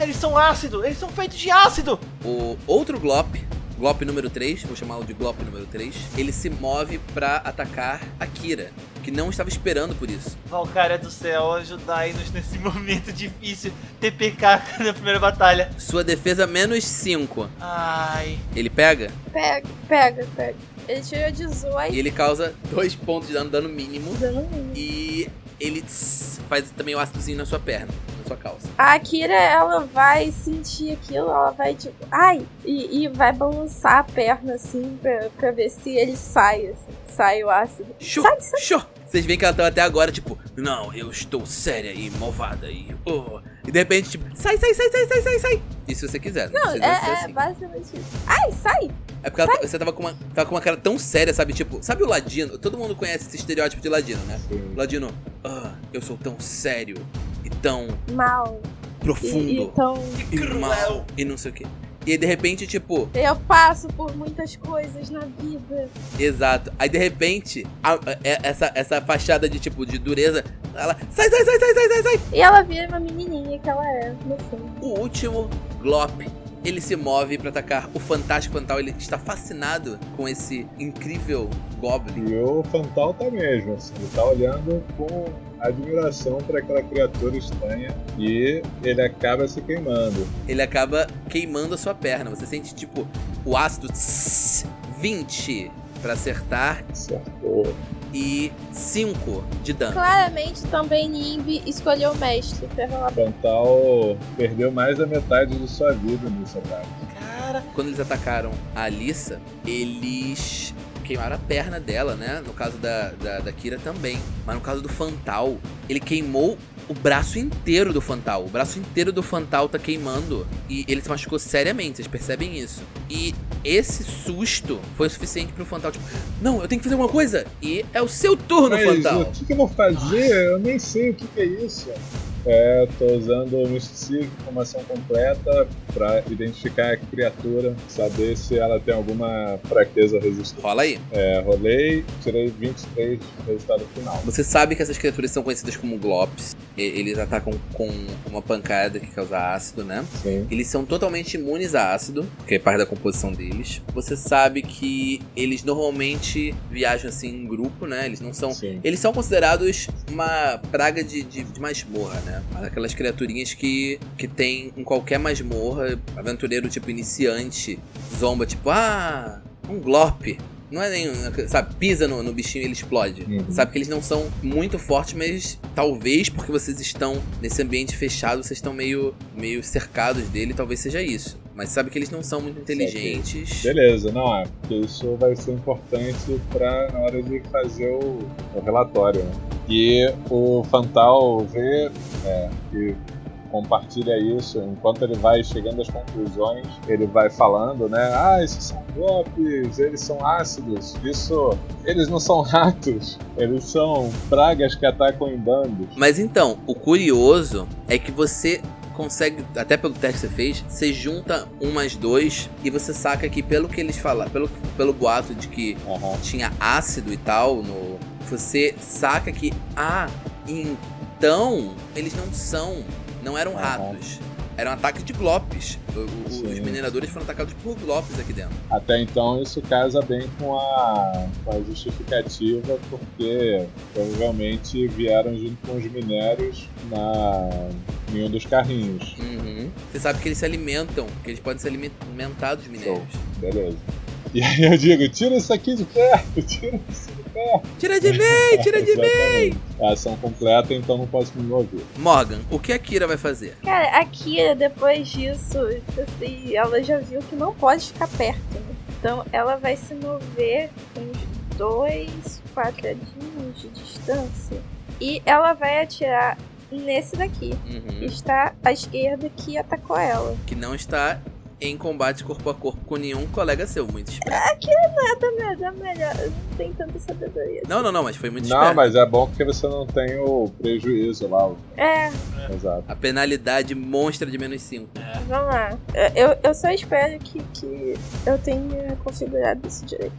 Speaker 3: Eles são ácido, eles são feitos de ácido!
Speaker 2: O outro Glop, Glop número 3, vou chamá-lo de Glop número 3, ele se move pra atacar a Kira, que não estava esperando por isso.
Speaker 3: Valkyria do céu, ajudai-nos nesse momento difícil. TPK na primeira batalha.
Speaker 2: Sua defesa menos 5.
Speaker 3: Ai.
Speaker 2: Ele pega
Speaker 7: Pega, pega, pega. Ele tirou
Speaker 2: e
Speaker 7: 18.
Speaker 2: ele causa 2 pontos de dano, dano mínimo.
Speaker 7: Dano mínimo.
Speaker 2: E ele tss, faz também o ácidozinho na sua perna, na sua calça.
Speaker 7: A Akira, ela vai sentir aquilo, ela vai tipo, ai, e, e vai balançar a perna assim pra, pra ver se ele sai, assim, sai o ácido.
Speaker 2: Show,
Speaker 7: Sai, sai.
Speaker 2: show. Vocês veem que ela tá até agora, tipo, não, eu estou séria e malvada e. oh." E de repente, tipo, sai, sai, sai, sai, sai, sai, sai. E se você quiser, né?
Speaker 7: Não,
Speaker 2: Vocês vão ser
Speaker 7: é, é
Speaker 2: assim.
Speaker 7: basicamente isso. Ai, sai!
Speaker 2: É porque ela tá- você tava com, uma, tava com uma cara tão séria, sabe? Tipo, sabe o Ladino? Todo mundo conhece esse estereótipo de Ladino, né?
Speaker 6: assim,
Speaker 2: Ladino, ah, eu sou tão sério e tão
Speaker 7: Mal. E,
Speaker 2: profundo
Speaker 7: então,
Speaker 2: e, mal e não sei o quê. E aí, de repente, tipo,
Speaker 7: eu passo por muitas coisas na vida.
Speaker 2: exato. Aí de repente, a- a- é- essa, essa fachada de tipo de dureza, ela sai, sai, sai, sai, sai, sai, sai.
Speaker 7: E ela vira uma menininha que ela é, no fundo.
Speaker 2: O último Glop, ele se move pra atacar o Fantástico Fantal. Ele está fascinado com esse incrível Goblin.
Speaker 6: E o Fantal tá mesmo, assim, ele tá olhando com admiração pra aquela criatura estranha e ele acaba se queimando.
Speaker 2: ele acaba queimando a sua perna. Você sente, tipo, o ácido tss, 20 pra acertar
Speaker 6: Acertou.
Speaker 2: e 5 de dano.
Speaker 7: Claramente também Nimbi escolheu o mestre pra
Speaker 6: O
Speaker 7: rolar.
Speaker 6: Fantal perdeu mais da metade de sua vida nesse ataque.
Speaker 3: Cara,
Speaker 2: Quando eles atacaram a Alissa, eles queimaram a perna dela, né? No caso da, da, da Kira também. Mas no caso do Fantal, ele queimou o braço inteiro do Fantal. O braço inteiro do Fantal tá queimando. E ele se machucou seriamente, vocês percebem isso. E Esse susto foi o suficiente pro Fantal, tipo, não, eu tenho que fazer alguma coisa. E é o seu turno,
Speaker 6: Mas
Speaker 2: Fantal.
Speaker 6: o que, que eu vou fazer? Eu nem sei o que, que é isso. É, tô usando o misticismo como ação completa pra identificar a criatura, saber se ela tem alguma fraqueza resistente.
Speaker 2: Rola aí.
Speaker 6: É, rolei, tirei 23 resultado final.
Speaker 2: Você sabe que essas criaturas são conhecidas como Glops. E- Eles atacam com uma pancada que causa ácido, né?
Speaker 6: Sim.
Speaker 2: Eles são totalmente imunes a ácido, que é parte da composição deles. Você sabe que eles normalmente viajam assim em grupo, né? Eles não são.
Speaker 6: Sim.
Speaker 2: Eles são considerados uma praga de, de, de masmorra, né? Aquelas criaturinhas que, que tem em qualquer masmorra, aventureiro tipo iniciante, zomba, tipo, ah, um glop. Não é nenhum. Sabe, pisa no, no bichinho e ele explode.
Speaker 6: Uhum.
Speaker 2: Sabe que eles não são muito fortes, mas talvez porque vocês estão nesse ambiente fechado, vocês estão meio, meio cercados dele, talvez seja isso. Mas sabe que eles não são muito inteligentes.
Speaker 6: Beleza, não é, porque isso vai ser importante pra na hora de fazer o, o relatório. né? E o Fantal vê é, e compartilha isso, enquanto ele vai chegando às conclusões, ele vai falando, né? Ah, esses são golpes, eles são ácidos, isso. Eles não são ratos, eles são pragas que atacam em bandos.
Speaker 2: Mas então, o curioso é que você consegue, até pelo teste que você fez, você junta um mais dois e você saca que pelo que eles falaram, pelo, pelo boato de que
Speaker 6: Aham.
Speaker 2: tinha ácido e tal no. Você saca que, ah, então eles não são. Não eram
Speaker 6: Aham.
Speaker 2: ratos. Era um ataque de glopes. O- o- Os
Speaker 6: Sim.
Speaker 2: mineradores foram atacados por glopes aqui dentro.
Speaker 6: Até então isso casa bem com a, com a justificativa, porque provavelmente vieram junto com os minérios na, em um dos carrinhos.
Speaker 2: Uhum. Você sabe que eles se alimentam, que eles podem se alimentar dos minérios.
Speaker 6: Beleza. E aí eu digo, tira isso aqui de perto, tira isso de perto.
Speaker 2: Tira de mim, tira de mim!
Speaker 6: Exatamente. A ação completa, então não posso me mover.
Speaker 2: Morgan, o que a Kira vai fazer?
Speaker 7: Cara, a Kira, depois disso, assim, ela já viu que não pode ficar perto, né? Então ela vai se mover uns dois quadradinhos de distância. E ela vai atirar nesse daqui, que
Speaker 2: Uhum.
Speaker 7: está à esquerda, que atacou ela.
Speaker 2: Que não está em combate corpo a corpo com nenhum colega seu, muito esperto.
Speaker 7: A Kira não é da melhor, da melhor. Não tem tanta sabedoria.
Speaker 2: Não, não, não, mas foi muito
Speaker 6: Não,
Speaker 2: esperto.
Speaker 6: mas é bom porque você não tem o prejuízo lá. o-
Speaker 7: É,
Speaker 6: Exato.
Speaker 2: A penalidade monstra de menos 5.
Speaker 7: vamos lá. É, Eu, eu só espero que, que eu tenha configurado isso direito.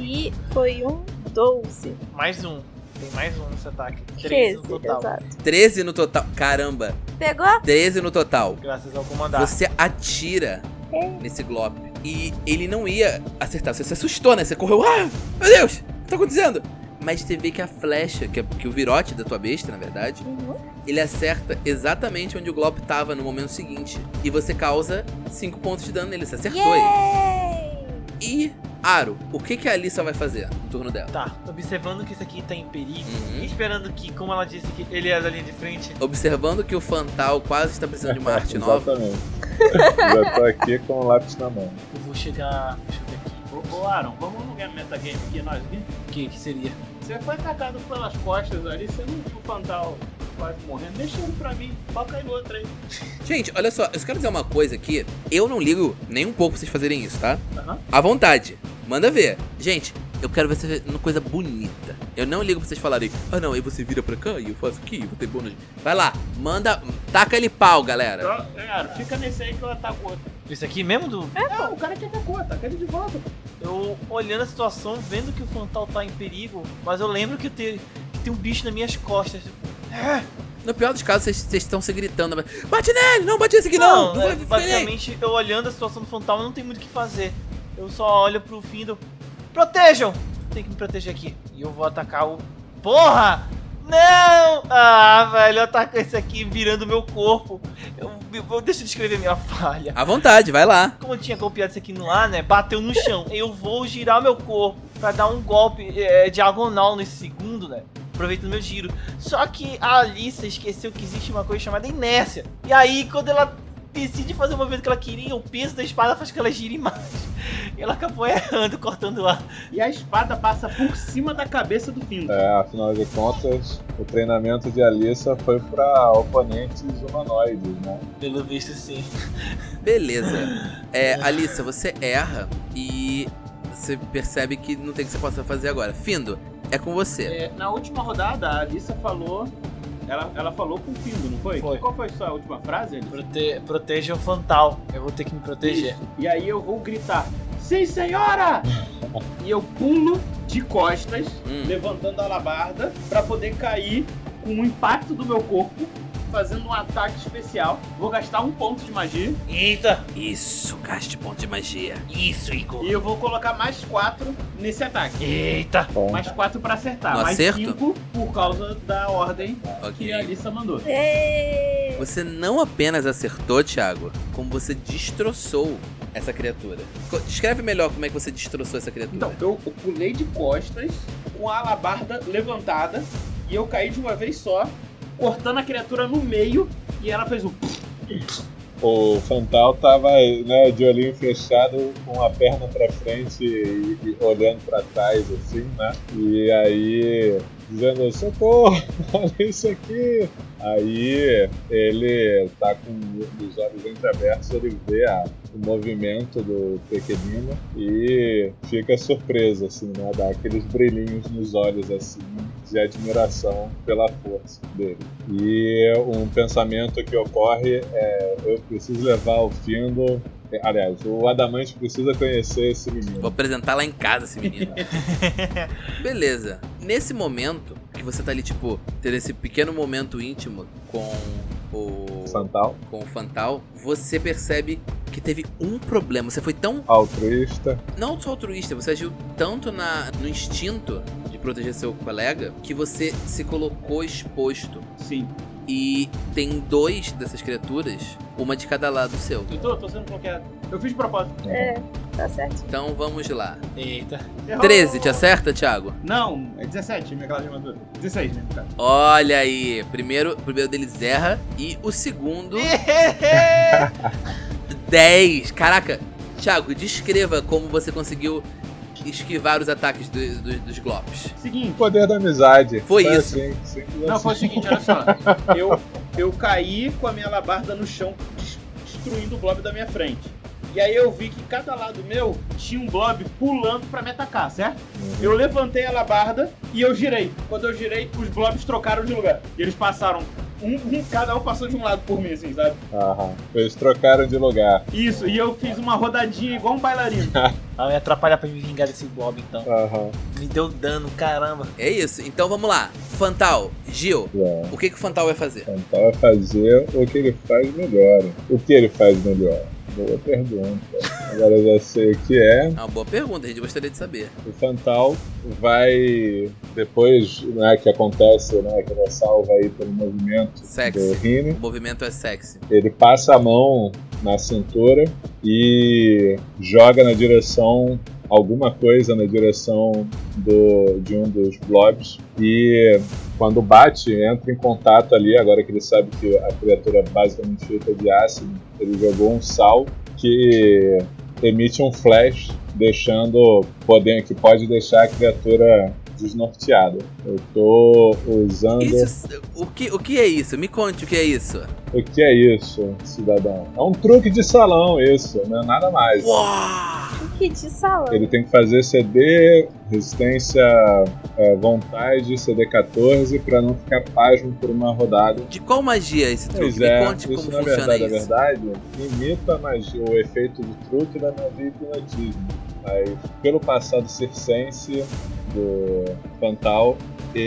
Speaker 7: E foi um 12.
Speaker 3: Mais um. Tem mais um nesse ataque. Três
Speaker 7: 13,
Speaker 3: no total.
Speaker 7: exato.
Speaker 2: 13 no total. Caramba,
Speaker 7: Pegou?
Speaker 2: 13 no total.
Speaker 3: Graças ao
Speaker 6: Tá.
Speaker 3: comandar.
Speaker 2: Você atira
Speaker 7: É.
Speaker 2: nesse Glop e ele não ia acertar. Você se assustou, né? Você correu. Ah, meu Deus, o que tá acontecendo? Mas você vê que a flecha, que, é- que o virote da tua besta, na verdade,
Speaker 7: Uhum.
Speaker 2: ele acerta exatamente onde o Glop tava no momento seguinte. E você causa 5 pontos de dano nele. Você acertou ele.
Speaker 7: Yay!
Speaker 2: E, Aro, o que, que a Alissa vai fazer no turno dela?
Speaker 3: Tá, observando que isso aqui tá em perigo. e
Speaker 2: Uhum.
Speaker 3: Esperando que, como ela disse que ele é da linha de frente,
Speaker 2: Observando que o Fantal quase está precisando de uma arte nova.
Speaker 6: Exatamente. Já tô aqui com o lápis na mão.
Speaker 3: eu vou chegar. Deixa eu ver aqui.
Speaker 4: Ô, ô Aaron, vamos jogar metagame aqui, nós aqui?
Speaker 3: O que, que seria?
Speaker 4: Você foi atacado pelas costas ali, você não viu o Fantal quase morrendo. Deixa ele pra mim, toca aí no outro aí.
Speaker 2: Gente, olha só, eu só quero dizer uma coisa aqui. Eu não ligo nem um pouco pra vocês fazerem isso, tá?
Speaker 4: Aham.
Speaker 2: À vontade. Manda ver. Gente, eu quero ver vocês uma coisa bonita. Eu não ligo pra vocês falarem, ah não, aí você vira pra cá e eu faço aqui, eu vou ter bônus. Vai lá, manda. Taca ele pau, galera.
Speaker 4: Então, é, Aaron, fica nesse aí que tá eu ataco o outro.
Speaker 3: Isso aqui mesmo do.
Speaker 4: É, o cara que atacou, ataca ele de volta.
Speaker 3: Eu olhando a situação, vendo que o frontal tá em perigo, mas eu lembro que tem, que tem um bicho nas minhas costas.
Speaker 2: No pior dos casos, vocês- vocês estão se gritando. mas, Bate nele! Não, bate esse aqui não!
Speaker 3: é,
Speaker 2: vai- vai-
Speaker 3: basicamente, eu olhando a situação do frontal, não tem muito o que fazer. Eu só olho pro fim do. Protejam! Tem que me proteger aqui. E eu vou atacar o. Porra! Não! Ah, velho, eu ataco esse aqui virando meu corpo. Eu, eu, deixa eu descrever minha falha.
Speaker 2: À vontade, vai lá.
Speaker 3: Como eu tinha golpeado isso aqui no ar, né? Bateu no chão. Eu vou girar meu corpo pra dar um golpe é, diagonal nesse segundo, né? Aproveitando meu giro. Só que a Alissa esqueceu que existe uma coisa chamada inércia. E aí, quando ela decide fazer o movimento que ela queria, o peso da espada faz com que ela gire mais. E ela acabou errando, cortando lá.
Speaker 4: E a espada passa por cima da cabeça do Findo.
Speaker 6: É, afinal de contas, o treinamento de Alissa foi pra oponentes humanoides, né?
Speaker 3: Pelo visto, sim.
Speaker 2: Beleza. É, Alissa, você erra e você percebe que não tem o que você possa fazer agora. Findo, é com você.
Speaker 4: É, na última rodada, a Alissa falou. Ela, ela falou com o Findo, não foi?
Speaker 3: Foi.
Speaker 4: Qual foi a sua última frase, Alissa?
Speaker 3: Prote... Proteja o Fantal. Eu vou ter que me proteger.
Speaker 4: E aí eu vou gritar: Sim, senhora! e eu pulo de costas,
Speaker 2: Hum.
Speaker 4: levantando a alabarda, pra poder cair com o impacto do meu corpo, fazendo um ataque especial. Vou gastar um ponto de magia
Speaker 3: Eita!
Speaker 2: Isso, gaste ponto de magia.
Speaker 3: Isso, Igor!
Speaker 4: e eu vou colocar mais quatro nesse ataque.
Speaker 3: Eita!
Speaker 6: Bom,
Speaker 4: Mais quatro pra acertar,
Speaker 2: No
Speaker 4: mais
Speaker 2: Um acerto?
Speaker 4: cinco por causa da ordem que
Speaker 2: Ok.
Speaker 4: a Alissa mandou.
Speaker 7: Ê,
Speaker 2: Você não apenas acertou, Thiago, como você destroçou essa criatura. Co- Descreve melhor como é que você destroçou essa criatura.
Speaker 4: Então, eu pulei de costas, com a alabarda levantada, e eu caí de uma vez só, cortando a criatura no meio, e ela fez um.
Speaker 6: o Fantal tava né, de olhinho fechado, com a perna pra frente e, e olhando pra trás, assim, né? E aí, dizendo, socorro, olha isso aqui! Aí, ele tá com os olhos entreabertos, ele vê a- o movimento do pequenino e fica surpreso, assim, né? Dá aqueles brilhinhos nos olhos, assim, de admiração pela força dele. E um pensamento que ocorre é: eu preciso levar o Findo. Aliás, o Adamante precisa conhecer esse
Speaker 2: Vou
Speaker 6: menino.
Speaker 2: apresentar lá em casa esse menino. Beleza. Nesse momento que você tá ali, tipo, ter esse pequeno momento íntimo com o.
Speaker 6: Santal,
Speaker 2: com o Fantal, você percebe que teve um problema. Você foi tão.
Speaker 6: altruísta.
Speaker 2: Não só altruísta, você agiu tanto na, no instinto de proteger seu colega que você se colocou exposto.
Speaker 4: Sim.
Speaker 2: E tem dois dessas criaturas, uma de cada lado seu.
Speaker 4: Eu tô, tô sendo bloqueado. Eu fiz de propósito.
Speaker 7: É, tá certo.
Speaker 2: Então vamos lá.
Speaker 3: Eita!
Speaker 4: Errou.
Speaker 2: 13, te acerta, Thiago?
Speaker 4: Não, é 17, minha classe de armadura. 16, né? cara?
Speaker 2: Olha aí. Primeiro, o primeiro deles erra. E o segundo, 10. Caraca, Thiago, descreva como você conseguiu esquivar os ataques do- do- dos Glops.
Speaker 6: O
Speaker 4: Seguinte.
Speaker 6: poder da amizade.
Speaker 2: Foi isso.
Speaker 6: assim, simples
Speaker 4: Não,
Speaker 6: assim.
Speaker 4: foi o seguinte, olha só. Eu, eu caí com a minha alabarda no chão, des- destruindo o blob da minha frente. E aí eu vi que cada lado meu tinha um blob pulando pra me atacar, certo? Eu levantei a alabarda e eu girei. Quando eu girei, os blobs trocaram de lugar. E eles passaram. Um, um- cada um passou de um lado por mim, assim, sabe?
Speaker 6: Aham. Eles trocaram de lugar.
Speaker 4: Isso, e eu fiz uma rodadinha igual um bailarino.
Speaker 3: Ela me atrapalhar pra me vingar desse blob, então.
Speaker 6: Aham.
Speaker 3: Me deu dano, caramba.
Speaker 2: É isso. Então vamos lá. Fantal, Gil,
Speaker 6: É.
Speaker 2: o que, que o Fantal vai fazer?
Speaker 6: Fantal então vai fazer o que ele faz melhor. O que ele faz melhor? Boa pergunta. Agora eu já sei o que é.
Speaker 2: É uma boa pergunta, a gente gostaria de saber.
Speaker 6: O Fantal vai, depois né, que acontece, né, que ele salva aí pelo movimento do
Speaker 2: Sexy.
Speaker 6: Rini,
Speaker 2: O movimento é sexy.
Speaker 6: ele passa a mão na cintura e joga na direção, alguma coisa na direção do, de um dos blobs e quando bate, entra em contato ali, agora que ele sabe que a criatura é basicamente feita de ácido, ele jogou um sal que emite um flash, deixando podendo, que pode deixar a criatura desnorteada. Eu tô usando...
Speaker 2: Isso, o, que, o que é isso? Me conte o que é isso.
Speaker 6: O que é isso, cidadão? É um truque de salão isso, não é nada mais.
Speaker 2: Uau!
Speaker 7: Que de salão.
Speaker 6: Ele tem que fazer CD, resistência, é, vontade, CD 14, pra não ficar pasmo por uma rodada.
Speaker 2: De qual magia é esse truque?
Speaker 6: Pois é,
Speaker 2: Me conte como
Speaker 6: isso na
Speaker 2: funciona
Speaker 6: verdade, na
Speaker 2: isso.
Speaker 6: verdade, imita a magia, o efeito do truque da magia e hipnotismo. Mas pelo passado circense do Fantal,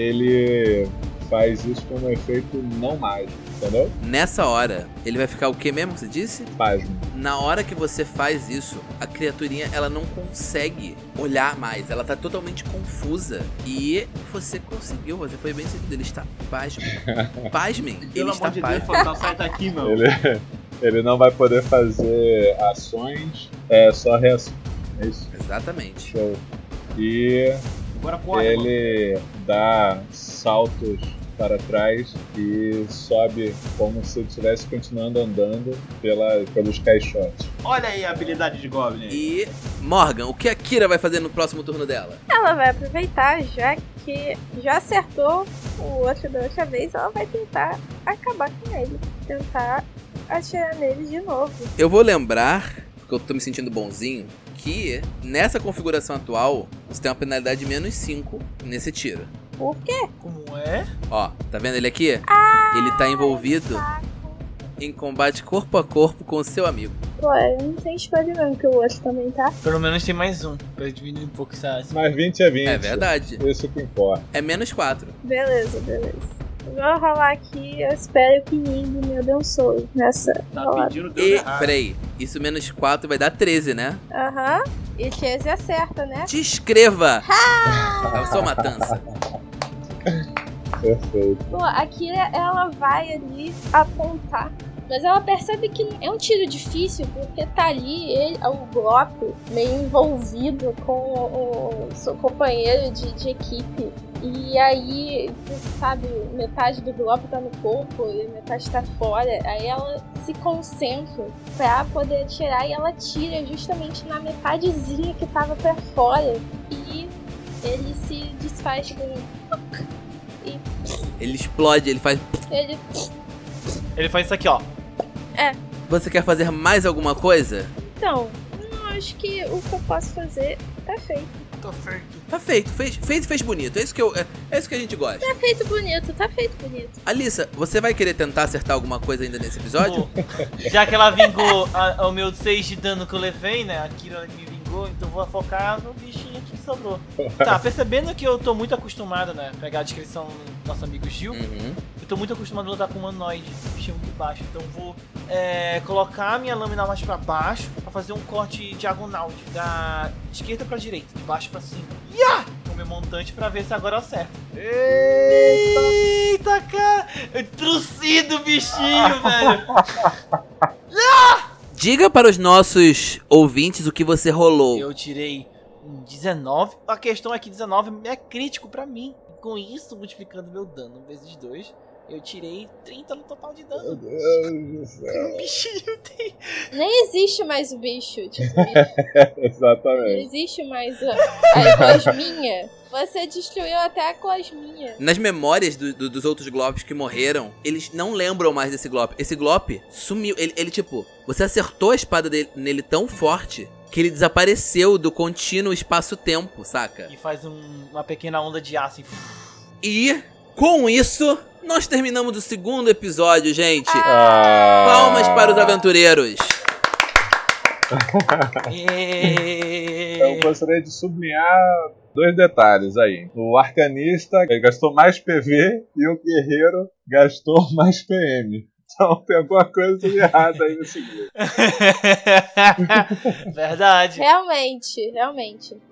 Speaker 6: ele faz isso como um efeito não mágico, entendeu?
Speaker 2: Nessa hora, ele vai ficar o que mesmo que você disse?
Speaker 6: Pasmo.
Speaker 2: Na hora que você faz isso, a criaturinha ela não consegue olhar mais. Ela tá totalmente confusa. E você conseguiu, você foi bem sucedido. Ele está pasmo. Pasmem, ele
Speaker 4: Pelo
Speaker 2: está
Speaker 4: amor de Deus,
Speaker 2: pasmo.
Speaker 4: Fantal, sai daqui, meu.
Speaker 6: Ele, ele não vai poder fazer ações, é só reações. É isso.
Speaker 2: Exatamente.
Speaker 6: Show. E
Speaker 4: Agora corre.
Speaker 6: É.
Speaker 4: mano.
Speaker 6: ele dá saltos para trás e sobe como se estivesse continuando andando pela, pelos caixotes.
Speaker 4: Olha aí a habilidade de Goblin. aí.
Speaker 2: E. Morgan, o que a Kira vai fazer no próximo turno dela?
Speaker 7: Ela vai aproveitar, já que já acertou o outro da outra vez, ela vai tentar acabar com ele. Tentar atirar nele de novo.
Speaker 2: Eu vou lembrar, porque eu tô me sentindo bonzinho, que nessa configuração atual você tem uma penalidade de menos 5 nesse tiro.
Speaker 7: Por quê?
Speaker 3: Como é?
Speaker 2: Ó, tá vendo ele aqui? ele tá envolvido em combate corpo a corpo com o seu amigo.
Speaker 7: Pô, eu não tem escolha não, que o outro também tá.
Speaker 3: Pelo menos tem mais um. Pra diminuir um pouco essa. essa-
Speaker 6: Mas 20 é 20.
Speaker 2: É verdade.
Speaker 6: Isso que importa.
Speaker 2: É menos 4.
Speaker 7: Beleza, beleza. Vou rolar aqui, eu espero que ninguém me dê um solo nessa.
Speaker 4: Tá pedindo deu
Speaker 2: E,
Speaker 4: errado.
Speaker 2: peraí, isso menos 4 vai dar 13, né?
Speaker 7: Aham. E 13 acerta, né?
Speaker 2: Descreva! É só matança.
Speaker 6: Perfeito.
Speaker 7: Pô, a Kira, ela vai ali apontar.
Speaker 5: Mas ela percebe que é um tiro difícil, porque tá ali ele, o Glock meio envolvido com o, o seu companheiro de, de equipe. E aí, você sabe, metade do Glock tá no corpo e metade tá fora. Aí ela se concentra pra poder atirar e ela tira justamente na metadezinha que tava pra fora. E ele se desfaz com.
Speaker 2: Ele explode, ele faz.
Speaker 5: Ele
Speaker 3: Ele faz isso aqui, ó.
Speaker 2: Você quer fazer mais alguma coisa?
Speaker 7: Então, eu acho que o que eu posso fazer tá feito.
Speaker 3: Tô feito.
Speaker 2: Tá feito, fez, fez e fez bonito. É isso que eu, é, é isso que a gente gosta.
Speaker 5: tá feito bonito, tá feito bonito.
Speaker 2: Alissa, você vai querer tentar acertar alguma coisa ainda nesse episódio?
Speaker 3: Pô, já que ela vingou a- o meu 6 de dano que eu levei, né? A Kira me vingou, então vou focar no bichinho aqui que sobrou. Tá, percebendo que eu tô muito acostumado, né? Pegar a descrição do nosso amigo Gil,
Speaker 2: Uhum.
Speaker 3: eu tô muito acostumado a lutar com humanoide, bicho muito baixo. Então vou é, colocar a minha lâmina mais pra baixo pra fazer um corte diagonal, de- da esquerda pra direita, de baixo pra cima. Iá! Com meu montante pra ver se agora eu acerto. Eita, cara! Eu trucido o bichinho, velho!
Speaker 2: Diga para os nossos ouvintes o que você rolou.
Speaker 3: Eu tirei um 19. A questão é que 19 é crítico pra mim. Com isso, multiplicando meu dano vezes 2, eu tirei 30 no total de
Speaker 6: Meu
Speaker 3: dano.
Speaker 6: Deus do céu.
Speaker 3: O bichinho tem.
Speaker 5: Nem existe mais o bicho. Tipo, não
Speaker 6: Exatamente.
Speaker 5: existe mais a, a cosminha. Você destruiu até a cosminha.
Speaker 2: Nas memórias do- do- dos outros Glops que morreram, eles não lembram mais desse Glop. Esse Glop sumiu. Ele, ele, tipo, você acertou a espada dele, nele tão forte que ele desapareceu do contínuo espaço-tempo, saca?
Speaker 3: E faz um- uma pequena onda de aço. assim.
Speaker 2: E com isso, nós terminamos o segundo episódio, gente.
Speaker 6: Ah.
Speaker 2: Palmas para os aventureiros.
Speaker 6: Eu É
Speaker 3: Êêêê.
Speaker 6: Então, gostaria de sublinhar dois detalhes aí. O arcanista gastou mais PV e o guerreiro gastou mais PM. Então tem alguma coisa de errado aí nesse grupo.
Speaker 3: Verdade.
Speaker 5: É, Realmente, realmente.